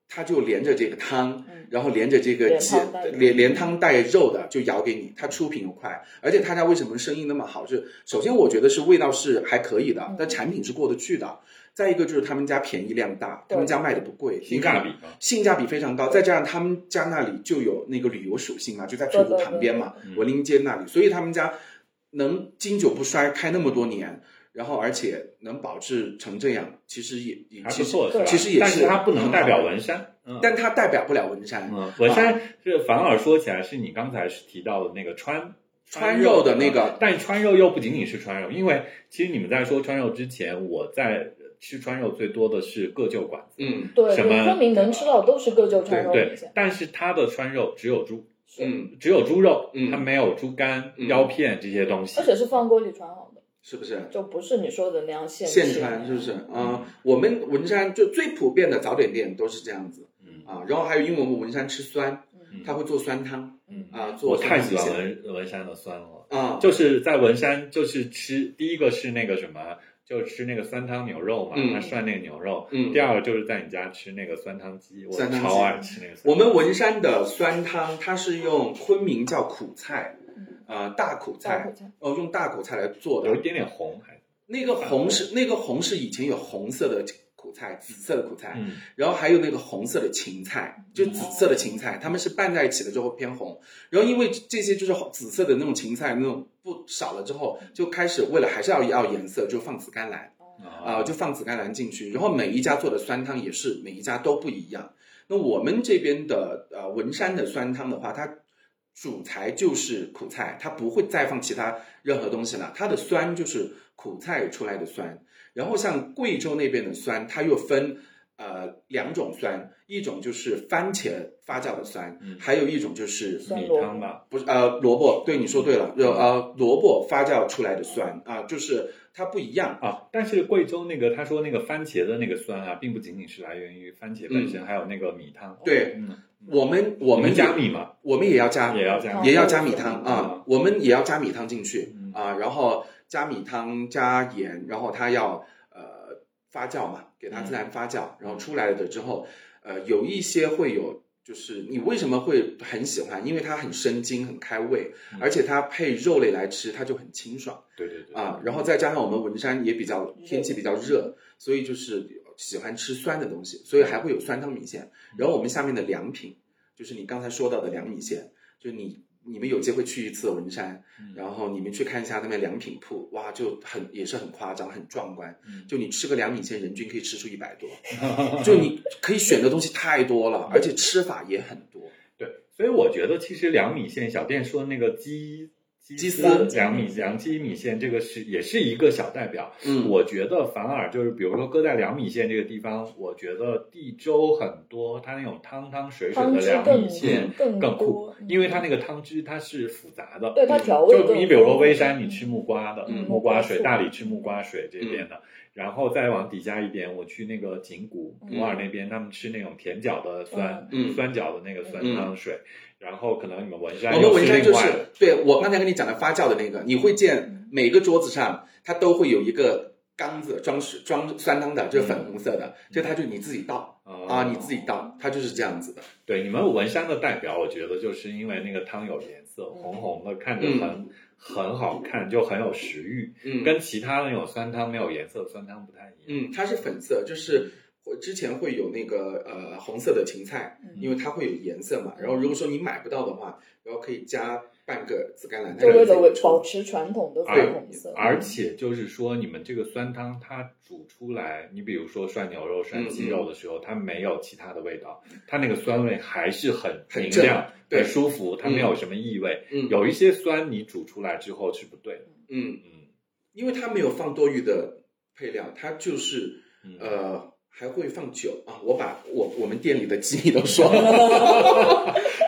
C: 它就连着这个汤
B: 嗯，
C: 然后连着这个
B: 连
C: 鸡
B: 汤带肉
C: 连连汤带肉的就舀给你，它出品又快，而且他家为什么生意那么好？是首先我觉得是味道是还可以的
B: 嗯，
C: 但产品是过得去的。再一个就是他们家便宜量大，
B: 对
C: 他们家卖的不贵，
A: 性
C: 性
A: 价比嘛，
C: 性价比非常高，再加上他们家那里就有那个旅游属性嘛，就在翠湖旁边嘛
A: 对对，对
C: 文林街那里，所以他们家能经久不衰，开那么多年，然后而且能保质成这样，其实也也
A: 还
C: 其
A: 不
C: 实，
A: 错，是吧？
C: 其实
A: 啊
C: 也
A: 但
C: 是
A: 是它不能代表
C: 很好
A: 文山，嗯。
C: 但它代表不了文山
A: 嗯，文山是反而说起来是你刚才是提到的那个川
C: 川肉的那
A: 嗯
C: 个，
A: 但川肉又不仅仅是川肉，因为其实你们在说川肉之前，我在吃川肉最多的是各就馆子，
C: 嗯
B: 对，
A: 什么
B: 昆明能吃到都是各就川肉米
A: 对
B: 线，，
A: 但是它的川肉只有猪，
B: 是
C: 嗯，
A: 只有猪肉，
C: 嗯
A: 它没有猪肝、
C: 嗯
A: 腰片这些东西
B: 而。且是放锅里穿好的，
C: 是不是？
B: 就不是你说的那样现
C: 现
B: 切嗯
C: 川是不是？啊、我们文山就最普遍的早点店都是这样子
A: 嗯
C: 啊啊，然后还有因为我们文山吃酸，
B: 嗯
C: 他会做酸汤，
B: 嗯
C: 啊，做
A: 我太
C: 酸
A: 喜
C: 米
A: 欢
C: 线
A: 文文山的酸了，
C: 啊，
A: 就是在文山，就是吃第一个是那个什么，就吃那个酸汤牛肉嘛，
C: 嗯
A: 他涮那个牛肉。
C: 嗯
A: 第，二个就是在你家吃那个酸汤鸡，我
C: 酸汤鸡
A: 超爱吃那个酸汤鸡。
C: 我们文山的酸汤，它是用昆明叫苦菜，呃，大苦
B: 大口
C: 菜，
B: 嗯菜，
C: 哦，用大苦菜来做
A: 有一
C: 的。
A: 点点红，还
C: 那个红是那个红是以前有红色的苦菜，紫色的苦菜，
A: 嗯
C: 然后还有那个红色的芹菜，就紫色的芹菜，它们是拌在一起了之后偏红。然后因为这些就是紫色的那种芹菜那种不少了之后，就开始为了还是要要颜色，就放紫甘蓝啊、就放紫甘蓝进去。然后每一家做的酸汤也是每一家都不一样。那我们这边的呃文山的酸汤的话，它主材就是苦菜，它不会再放其他任何东西了。它的酸就是苦菜出来的酸。然后像贵州那边的酸，它又分呃两种酸，一种就是番茄发酵的酸，
A: 嗯
C: 还有一种就是
B: 酸
A: 米
B: 萝
A: 汤吧，
C: 不是呃萝卜。对，你说对了，就呃萝卜发酵出来的酸啊、就是它不一样。
A: 啊，但是贵州那个他说那个番茄的那个酸啊，并不仅仅是来源于番茄本身，还有那个米汤。
C: 对
A: 嗯，
C: 嗯我们我
A: 你
C: 们
A: 加米吗？
C: 我们也要加
A: 也要加
B: 哦
A: 米，
C: 也要加米
A: 嗯
C: 汤啊，我们也要加米汤进去
A: 嗯
C: 啊，然后加米汤加盐，然后它要呃发酵嘛，给它自然发
A: 嗯
C: 酵，然后出来了之后，呃，有一些会有。就是你为什么会很喜欢？因为它很生津，很开胃，
A: 嗯
C: 而且它配肉类来吃，它就很清爽
A: 对对对
C: 啊。然后再加上我们文山也比较天气比较热，所以就是喜欢吃酸的东西，所以还会有酸汤米线。然后我们下面的良品，就是你刚才说到的凉米线，就你你们有机会去一次文山，
A: 嗯
C: 然后你们去看一下那边良品铺，哇，就很也是很夸张，很壮观。
A: 嗯
C: 就你吃个凉米线，人均可以吃出一百
A: *laughs*
C: 多，就你可以选的东西太多了，而且吃法也很多。
A: 对，所以我觉得其实凉米线，小店说那个鸡
C: 鸡
A: 鸡
C: 丝
A: 凉米凉鸡米线，这个是也是一个小代表。
C: 嗯，
A: 我觉得反而就是，比如说搁在凉米线这个地方，我觉得地州很多它那种汤汤水水
B: 汤
A: 的
B: 汁
A: 凉米线
B: 更
A: 更酷
B: 多，，嗯
A: 因为它那个汤汁它是复杂的。
B: 对它调味
A: 就
B: 更
A: 你比如说
B: 多
A: 微山，你吃木瓜的，
C: 嗯
A: 木瓜水；
B: 嗯
A: 大理吃木瓜水这边的，然后再往底下一点，我去那个景谷、
B: 嗯
A: 普洱那边，他们吃那种甜角的酸、
C: 嗯
A: 酸角的那个酸汤水，然后可能你们文山
C: 我们文
A: 又吃
C: 山就
A: 另外
C: 是
A: 的，
C: 对我刚才跟你讲的发酵的那个，你会见每个桌子上它都会有一个缸子装水装酸汤的，就是粉红色
A: 嗯
C: 的，就它就你自己倒啊，你自己倒，它就是这样子的。
A: 哦对你们文山的代表，我觉得就是因为那个汤有颜色，
C: 嗯
A: 红红的，看着很、很好看，就很有食欲，
C: 嗯，
A: 跟其他那种酸汤没有颜色的酸汤不太一样。
C: 嗯，它是粉色，就是我之前会有那个呃红色的芹菜，
B: 嗯
C: 因为它会有颜色嘛。然后如果说你买不到的话，然后可以加半个哎紫甘蓝，
B: 就为
C: 它
B: 了
C: 有
B: 维
C: 一些
B: 保持传统的
A: 而
B: 粉红色，
C: 嗯
A: 而且就是说，你们这个酸汤它煮出来，你比如说涮牛肉、涮
C: 嗯
A: 鸡肉的时候，它没有其他的味道，它那个酸味还是很
C: 很
A: 明
C: 正
A: 亮、
C: 对
A: 很舒服，它没有什么异味。
C: 嗯
A: 有一些酸你煮出来之后是不对的。
C: 嗯， *laughs*
A: 嗯
C: 因为它没有放多余的配料，它就是
A: 嗯，
C: 呃还会放酒啊。我把我我们店里的机密都
A: *laughs*
C: 说了，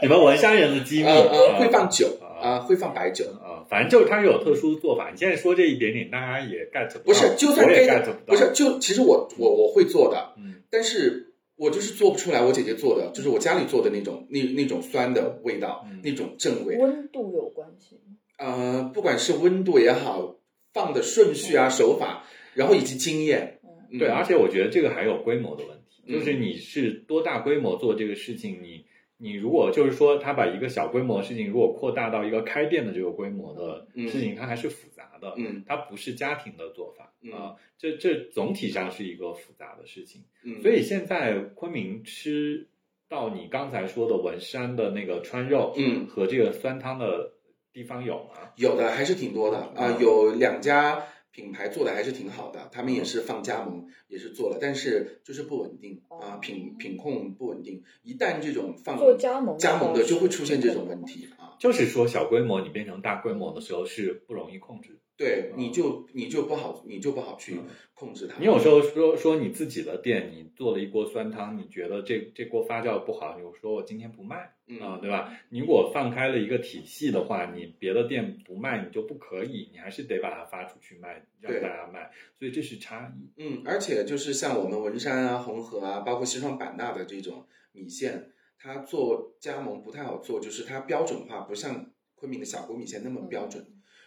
A: 你们文山人的机密
C: 呃呃会放
A: 啊
C: 酒
A: 啊
C: 啊，会放白酒。
A: 啊，反正就是它有特殊做法。你现在说这一点点，大家也 get 不
C: 不
A: 到
C: 是，就算
A: 啊我也
C: get
A: get 不到，
C: 不是，就其实我我我会做的，
A: 嗯
C: 但是我就是做不出来我姐姐做的，就是我家里做的那种那那种酸的味道，
A: 嗯
C: 那种正味。
B: 温度有关系。
C: 呃，不管是温度也好，放的顺序啊、手法，然后以及经验，
B: 嗯，
C: 嗯
A: 对，而且我觉得这个还有规模的问题，
C: 嗯
A: 就是你是多大规模做这个事情，你你如果就是说他把一个小规模的事情，如果扩大到一个开店的这个规模的事情，它还是复杂的，
C: 嗯
A: 它不是家庭的做法
C: 嗯
A: 啊，这这总体上是一个复杂的事情。
C: 嗯，
A: 所以现在昆明吃到你刚才说的文山的那个川肉，
C: 嗯
A: 和这个酸汤的地方有吗？
C: 有的还是挺多的啊、
A: 嗯
C: 有两家品牌做的还是挺好的，他们
A: 嗯
C: 也是放加盟，也是做了，但是就是不稳定啊、
B: 哦
C: 品品控不稳定，一旦这种放
B: 做加盟的
C: 嗯加盟的
B: 话
C: 就会出
B: 是
C: 现
B: 不
C: 这
B: 可
C: 种
B: 能
C: 问
B: 的
C: 题啊，
A: 就是说小规模你变成大规模的时候是不容易控制的。
C: 对
A: 嗯，
C: 你就你就不好你就不好去
A: 嗯
C: 控制它。
A: 你有时候说说你自己的店，你做了一锅酸汤，你觉得这这锅发酵不好，你就说我今天不卖啊、
C: 嗯
A: 对吧？你如果放开了一个体系的话，你别的店不卖，你就不可以，你还是得把它发出去卖，让
C: 对
A: 大家卖，所以这是差异。
C: 嗯，而且就是像我们文山啊、红河啊，包括西双版纳的这种米线，它做加盟不太好做，就是它标准化不像昆明的小锅米线那
B: 嗯
C: 么标准，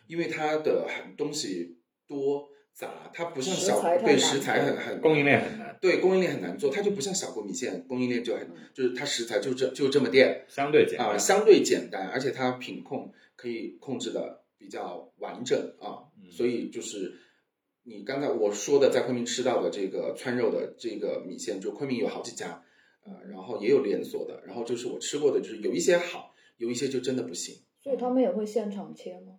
C: 因为它的很东西多杂，它不像
B: 食材
C: 小
B: 太
C: 对
B: 难
C: 食材很很
A: 供应链很难，
C: 对供应链很难做，它就不像小锅米线供应链就很
B: 嗯
C: 就是它食材就这就这么点，
A: 相对简单。
C: 啊、相对简单，而且它品控可以控制的比较完整啊，
A: 嗯
C: 所以就是你刚才我说的在昆明吃到的这个川肉的这个米线，就昆明有好几家，呃，然后也有连锁的，然后就是我吃过的，就是有一些好，有一些就真的不行。
B: 所以他们也会现场切吗？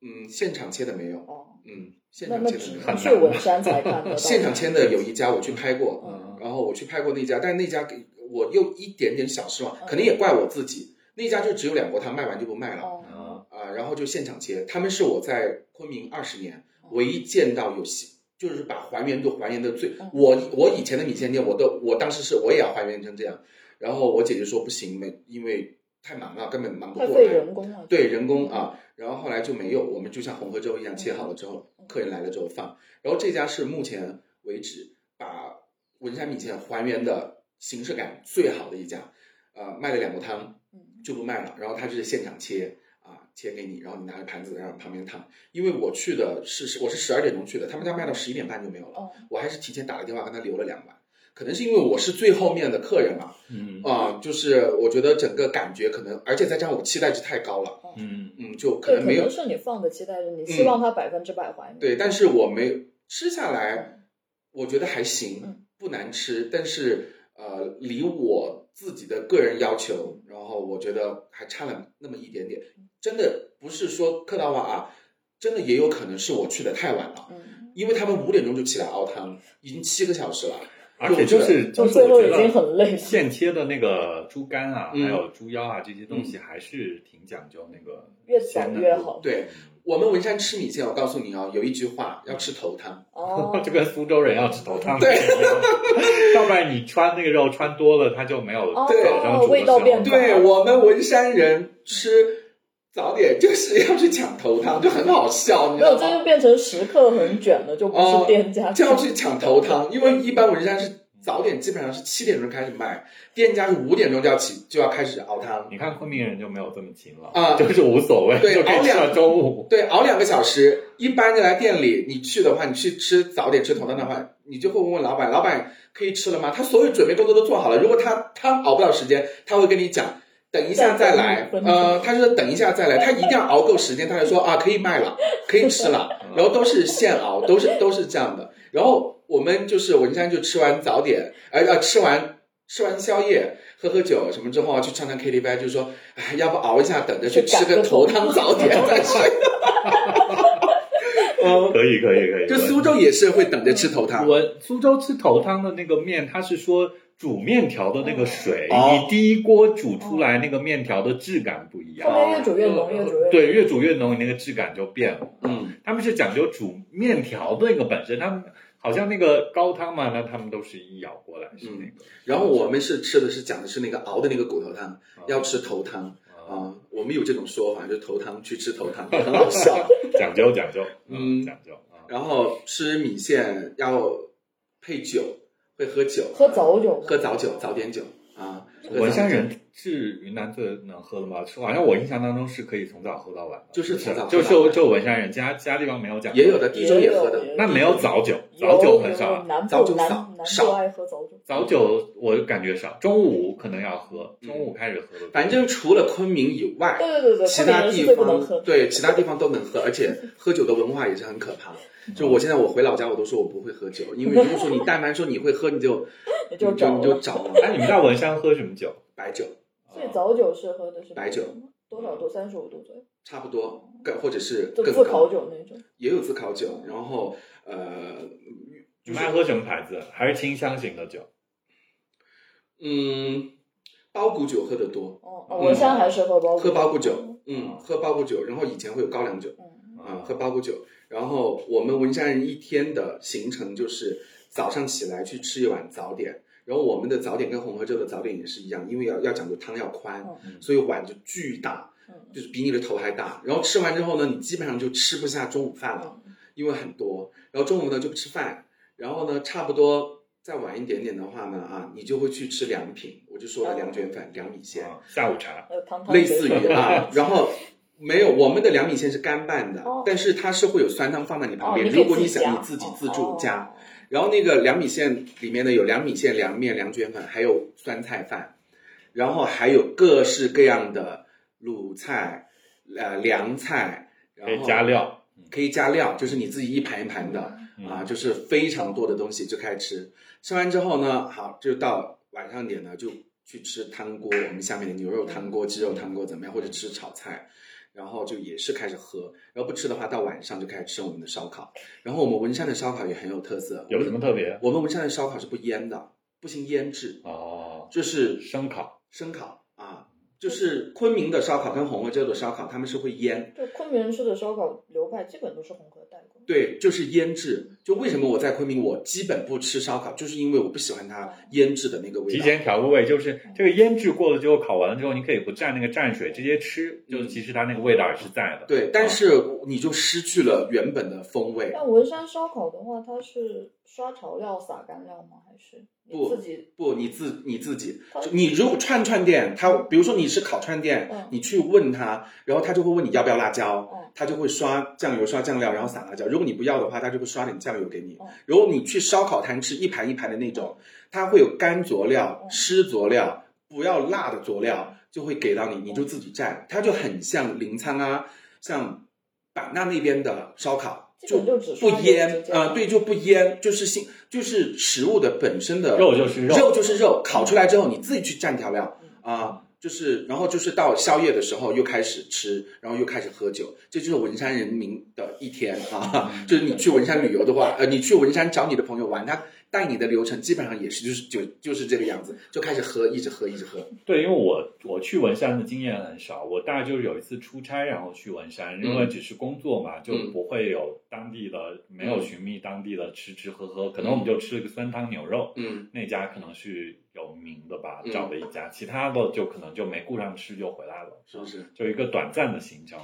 C: 嗯，现场切的没有，
B: 哦，
C: 嗯，现
B: 那
C: 场
B: 那
C: 切的
B: 只
C: 没
B: 能
C: 有，
B: 去文山才看得到。
C: *laughs* 现场切的有一家我去拍过，
B: 嗯
C: 然后我去拍过那家，但那家给我又一点点小失望，
B: 嗯
C: 可能也怪我自己，那家就只有两锅汤，卖完就不卖了。
B: 哦，
A: 啊，
C: 啊，然后就现场切。他们是我在昆明二十年
B: 哦
C: 唯一见到有西，就是把还原度还原的最
B: 哦。
C: 我我以前的米线店，我都我当时是我也要还原成这样。然后我姐姐说不行，没因为太忙了，根本忙不
B: 太
C: 过
B: 费
C: 来。
B: 人工了。
C: 对人工啊，然后后来就没有，我们就像红河粥一样切好了之后
B: 嗯，
C: 客人来了之后放。然后这家是目前为止把文山米线还原的形式感最好的一家，呃，卖了两锅汤，
B: 嗯，
C: 就不卖了，然后他就是现场切啊，切给你，然后你拿着盘子然后旁边烫。因为我去的是我是十二点钟去的，他们家卖到十一点半就没有了，
B: 哦，
C: 我还是提前打了电话跟他留了两碗。可能是因为我是最后面的客人嘛，
A: 嗯
C: 啊、就是我觉得整个感觉可能，而且再加上我期待值太高了，
A: 嗯，
C: 嗯，就可
B: 哦对，
C: 能
B: 可
C: 没有嗯
B: 能是你放的期待是你希望它百分之百还原。
C: 对，但是我没吃下来，我觉得还行
B: 嗯，
C: 不难吃，但是呃，离我自己的个人要求，然后我觉得还差了那么一点点，真的不是说客套话啊，真的也有可能是我去的太晚了，
B: 嗯，
C: 因为他们五点钟就起来熬汤，已经七个小时了，
A: 而且就是就
B: 就
A: 是
B: 最后
A: 我觉
B: 已经很累
A: 得
B: 了
A: 现切的那个猪肝啊，
C: 嗯
A: 还有猪腰啊这些东西还是挺讲究那个
B: 越
A: 鲜
B: 早
A: 嫩
B: 越
A: 度，
B: 好。
C: 对。我们文山吃米线，我告诉你哦，有一句话要吃头汤，
B: 哦
A: *laughs* 就跟苏州人要吃头汤
C: 对
A: 一样， *laughs* 要不然你穿那个肉穿多了，它就没有
B: 哦
A: 早上煮的时候
B: 味道变
A: 嗯
B: 淡
C: 对我们文山人吃早点就是要去抢头汤，就很好笑，你
B: 没
C: 知道
B: 有，
C: 吗？
B: 这就变成食客很卷了，就不
C: 哦
B: 是店家
C: 就要去抢头汤，因为一般文山是早点，基本上是七点钟开始卖，店家是五点钟就要起就要开始熬汤，
A: 你看昆明人就没有这么勤劳
C: 啊
A: 就是无所谓，
C: 对
A: 就可以吃到中午。
C: 对，熬两个小时。一般的来店里，你去的话，你去吃早点吃头汤的话，你就会问问老板，老板可以吃了吗？他所有准备工作都做好了，如果他他熬不了时间，他会跟你讲。等一下再来，
B: 再等
C: 呃，他说等一下再来，他一定要熬够时间，他才说啊可以卖了，可以吃了，然后都是现熬，都是都是这样的。然后我们就是文山就吃完早点，呃呃吃完吃完宵夜，喝喝酒什么之后啊，去唱唱 KTV，就说哎要不熬一下，等着去吃个头汤早点 *laughs* 再睡。
A: 嗯，可以可以可以。
C: 就苏州也是会等着吃头汤，
A: 我苏州吃头汤的那个面，它是说煮面条的那个水，
C: 哦
A: 你第一锅煮出来那个面条的质感不一
B: 后
A: 样，
B: 面越煮越浓，越煮越浓。
A: 对，越煮越浓，你那个质感就变了。
C: 嗯，
A: 他们是讲究煮面条的那个本身，他们好像那个高汤嘛，那他们都是一舀过来是那个。
C: 嗯然后我们是吃的是讲的是那个熬的那个骨头汤，
A: 嗯
C: 要吃头汤啊、
A: 啊，
C: 我们有这种说法，就头汤去吃头汤， *laughs* 很好笑。
A: 讲究讲究，
C: 嗯
A: 讲究啊。
C: 然后吃米线要配酒，会喝酒，
B: 喝早酒吗
C: 喝早酒，早点酒啊。喝早酒
A: 文山人是云南最能喝的吗？是好像我印象当中是可以从早喝到晚的，
C: 就是从
A: 是
C: 早喝
A: 就
C: 到
A: 就
C: 晚
A: 就文山人，其他其他地方没有讲，
C: 也有的，地州也
B: 有
C: 喝的，
A: 那没有早酒，
B: 有
A: 早酒很少
B: 有
A: 啊，
B: 南
C: 早
B: 部
C: 酒
B: 南
C: 少
B: 南
C: 少
B: 部爱喝早酒。
A: 早酒我感觉少，中午可能要喝，中午开始喝的，
C: 嗯反正除了昆明以外
B: 对。对对对，
C: 其
B: 昆明
C: 他
B: 人是
C: 地
B: 最不能喝
C: 方。对其他地方都能喝，而且喝酒的文化也是很可怕。就我现在我回老家，我都说我不会喝酒，因为如果说你但凡说你会喝，你就
B: 也
C: 就
B: *laughs* 就找
C: 你就
B: 了。
C: 找
A: 哎，你们在文山喝什么酒？啊
C: 白酒，
B: 所以早酒是喝的是
C: 白酒，
B: 多少度？三十五度左右，
C: 差不多，更或者是
B: 就
C: 更
B: 自
C: 高
B: 烤，酒那种。
C: 也有自烤酒。然后呃，
A: 你们爱喝什么牌子？还是清香型的酒？
C: 嗯，包谷酒喝得多，
B: 哦，哦我现在还是喝包谷
C: 嗯喝包谷酒，嗯，
A: 嗯
C: 喝包谷酒。然后以前会有高粱酒，
B: 嗯，
C: 啊，喝包谷酒。然后我们文山人一天的行程就是早上起来去吃一碗早点，然后我们的早点跟红河州的早点也是一样，因为要要讲究汤要宽，
A: 嗯
C: 所以碗就巨大，
B: 嗯
C: 就是比你的头还大。然后吃完之后呢，你基本上就吃不下中午饭了。
B: 嗯
C: 因为很多，然后中午呢就不吃饭，然后呢差不多再晚一点点的话呢，啊，你就会去吃凉品，我就说了两卷饭、凉米线，
A: 啊下午茶，
B: 呃，汤汤
C: 类
B: 水
C: 似
B: 水
C: 于
B: *laughs*
A: *laughs*
C: 啊，然后没有我们的凉米线是干拌的
B: 哦，
C: 但是它是会有酸汤放在你旁
B: 哦，
C: 边，
B: 可以
C: 如果你
B: 加
C: 想你自己自助
B: 哦
C: 加，然后那个凉米线里面呢有凉米线、凉面、凉卷粉，还有酸菜饭，然后还有各式各样的卤菜、呃凉菜，
A: 可
C: 然
A: 以
C: 后
A: 加，料，
C: 可以加料，就是你自己一盘一盘的。
A: 嗯
C: 啊，就是非常多的东西就开始吃。吃完之后呢，好，就到晚上点呢，就去吃汤锅，我们下面的牛肉汤锅、鸡肉汤锅怎么样，或者吃炒菜，然后就也是开始喝。然后不吃的话，到晚上就开始吃我们的烧烤。然后我们文山的烧烤也很有特色，
A: 有什么特别？
C: 我们文山的烧烤是不腌的，不行腌制，
A: 哦，
C: 就是
A: 生烤，
C: 生烤啊，就是昆明的烧烤跟红河州的烧烤，他们是会腌。
B: 就昆明人吃的烧烤流派基本都是红河带过，
C: 对，就是腌制。就为什么我在昆明，我基本不吃烧烤，就是因为我不喜欢它腌制的那个味道。嗯
A: 提前调个味，就是这个腌制过了之后，烤完了之后，你可以不蘸那个蘸水，直接吃，就
C: 嗯
A: 其实它那个味道也是在的。
C: 对，但是你就失去了原本的风味。
B: 但文山烧烤的话，它是刷调料撒干料吗？还是你
C: 不
B: 自己？
C: 不，你自你自己
B: 它，
C: 就你如果串串店，他比如说你是烤串店，
B: 嗯
C: 你去问他，然后他就会问你要不要辣椒，
B: 哦
C: 他就会刷酱油、刷酱料，然后撒辣椒。如果你不要的话，他就会刷点酱油给你
B: 哦。
C: 如果你去烧烤摊吃一盘一盘的那种，它会有干佐料
B: 哦、
C: 湿佐料、不要辣的佐料，就会给到你，你就自己蘸。它就很像临沧啊，像版纳那边的烧烤，
B: 基本就只
C: 不
B: 刷油
C: 腌
B: 直接
C: 啊、呃对，就不腌，就是新就是食物的本身的
A: 肉就是肉
C: 肉就是肉，烤出来之后你自己去蘸调料。
B: 嗯
C: 啊，就是然后就是到宵夜的时候又开始吃，然后又开始喝酒，这就是文山人民的一天啊。 *laughs* 就是你去文山旅游的话，呃，你去文山找你的朋友玩，他带你的流程基本上也是就是就就是这个样子，就开始喝，一直喝，一直喝。
A: 对，因为我我去文山的经验很少，我大概就是有一次出差，然后去文山，因为
C: 嗯
A: 只是工作嘛，就不会有当地的，没
C: 嗯
A: 有寻觅当地的吃吃喝喝，可能我们就吃了个酸汤牛肉，
C: 嗯
A: 那家可能是有名的吧，
C: 嗯
A: 找了一家，其他的就可能就没顾上吃就回来了，
C: 是不是？
A: 就一个短暂的行程。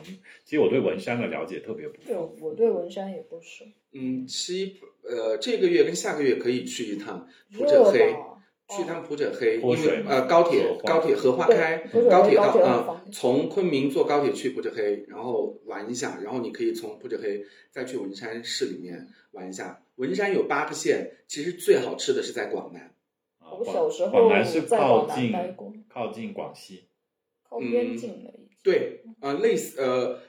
A: 其实我对文山的了解特别不
B: 对，
A: 丰富，
B: 我对文山也不是
C: 嗯，七呃这个月跟下个月可以去一趟普
B: 热
C: 者
B: 吧
C: 黑。，
B: 哦
C: 去一趟普者黑，因
A: 泼水
C: 为
A: 嘛
C: 呃高铁
A: 荷花
C: 高铁荷花
B: 对
C: 开
B: 普者，黑
C: 铁到
B: 高铁很
C: 啊
B: 方便
C: 从昆明坐高铁去普者黑，然后玩一下，然后你可以从普者黑再去文山市里面玩一下。文山有八个县，其实最好吃的是在广南，
A: 啊
B: 哦我
A: 广
B: 小时候
A: 广南是
B: 在
A: 靠
B: 广南
A: 近
B: 待过
A: 靠近广西，
B: 靠边境的一些。
C: 嗯对，啊、类似呃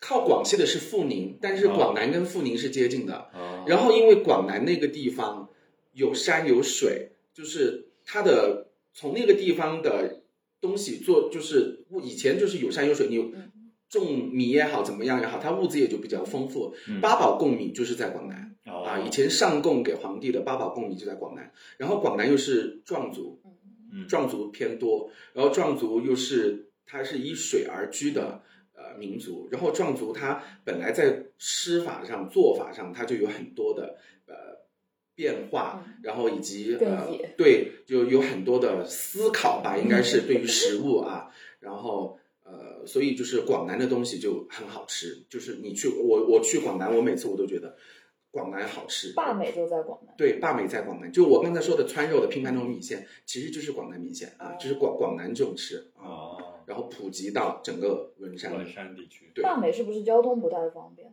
C: 靠广西的是阜宁，但是
A: 哦
C: 广南跟阜宁是接近的，
A: 啊
C: 然后因为广南那个地方有山有水，就是它的从那个地方的东西做，就是物以前就是有山有水，你有
B: 嗯
C: 种米也好，怎么样也好，它物资也就比较丰富。
A: 嗯哦
C: 八宝贡米就是在广南。
A: 后
C: 啊，以前上贡给皇帝的八宝贡米就在广南，然后广南又是壮族，
B: 嗯
A: 嗯
C: 壮族偏多，然后壮族又是它是以水而居的呃民族，然后壮族它本来在吃法上、做法上，它就有很多的呃变化
B: 嗯，
C: 然后以及
B: 更
C: 呃
B: 野
C: 对，就有很多的思考吧，应该是对于食物啊，然后。呃，所以就是广南的东西就很好吃，就是你去我我去广南，我每次我都觉得广南好吃。
B: 坝美就在广南，
C: 对，坝美在广南，就我刚才说的川肉的拼盘那种米线，其实就是广南米线啊，就是广广南这种吃啊，
A: 哦，
C: 然后普及到整个文山。
A: 文山地区，
C: 对
B: 坝美是不是交通不太方便？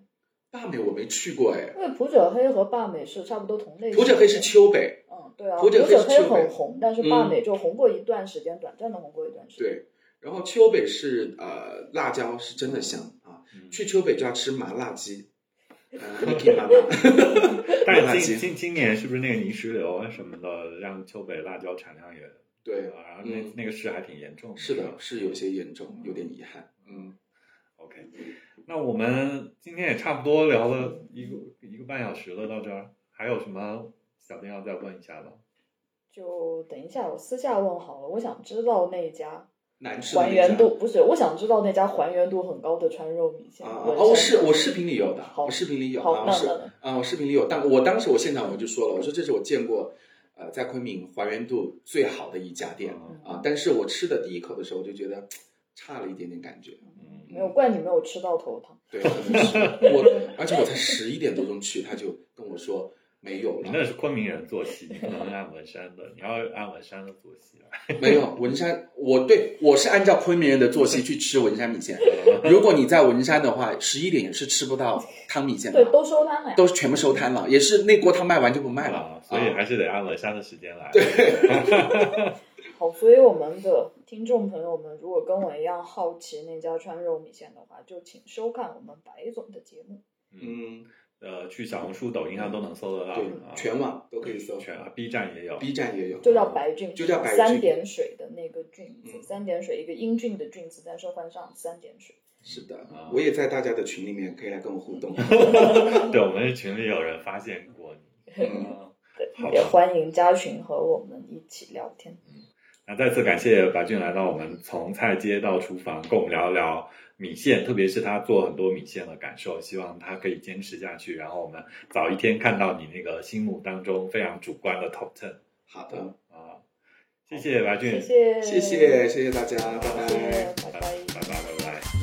C: 坝美我没去过哎，
B: 因为普者黑和坝美是差不多同类型的。
C: 普者黑是丘北，
B: 嗯，对啊，
C: 普者黑嗯
B: 黑
C: 是丘北
B: 很红，但是坝美就红过一段时间，短暂的红过一段时间。
C: 对，然后丘北是呃辣椒是真的香啊，
A: 嗯
C: 去丘北就要吃麻辣鸡，呃，你可以
A: *laughs*
C: 麻辣。麻
A: 但
C: 辣
A: 是
C: 鸡
A: 今今今年是不是那个泥石流啊什么的，让丘北辣椒产量也，啊
C: 对，
A: 然后那
C: 嗯
A: 那个事还挺严重的。
C: 是
A: 吧
C: 的，是有些严重，有点遗憾。嗯，
A: OK，那我们今天也差不多聊了一个一个半小时了，到这儿还有什么小丁要再问一下的？
B: 就等一下，我私下问好了，我想知道那家
C: 难吃的
B: 还
C: 那
B: 原
C: 家啊
B: 度不是，我想知道那家还原度很高的川肉米线。
C: 啊，
B: 文
C: 哦，我
B: 山
C: 视
B: 的
C: 我视频里有的，
B: 好
C: 我视频里有
B: 好
C: 啊，我
B: 那
C: 视
B: 那那
C: 啊，我视频里有，但我当时我现场我就说了，我说这是我见过，呃，在昆明还原度最好的一家店
A: 嗯
C: 啊，但是我吃的第一口的时候，我就觉得差了一点点感觉，
A: 嗯，
B: 没有怪你没有吃到头疼。
C: 对，可能是我，而且我才十一点多钟去，他就跟我说。没有
A: 你
C: 了，
A: 那是昆明人作息，你不能按文山的，你要按文山的作息啊来。
C: 没有文山，我对我是按照昆明人的作息去吃文山米线。如果你在文山的话，十一点也是吃不到汤米线
B: 对，
C: 的，
B: 都收摊了呀。
C: 都是全部收摊了，也是那锅汤卖完就不 *laughs* 卖了
A: 啊，。所以
C: 啊
A: 还是得按文山的时间来。
B: 好，所以我们的听众朋友们，如果跟我一样好奇那家川肉米线的话，就请收看我们白总的节目。
C: 嗯，
A: 呃，去小红书、抖音上都能搜得到，
C: 对，
A: 啊
C: 全网都可以搜
A: 全啊 B 站也有。
C: *laughs* ，B 站也有，
B: 就叫白俊，
C: 就叫白俊
B: 三点水的那个俊字，
C: 嗯
B: 三点水一个英俊的俊字，但是换上三点水。
C: 是的
A: 啊，
C: 我也在大家的群里面，可以来跟我互动。
A: 对，我们群里有人发现过你。
C: 嗯
A: 啊
B: 对
A: 好，的
B: 也欢迎加群和我们一起聊天。
A: 那再次感谢白俊来到我们从菜街到厨房，跟我们聊一聊米线，特别是他做很多米线的感受。希望他可以坚持下去，然后我们早一天看到你那个心目当中非常主观的 top ten
C: 好的，
A: 啊！谢谢白俊，
B: 嗯谢谢，
C: 谢谢，谢谢大家，拜拜。
B: 谢谢，拜拜
A: 拜拜拜拜。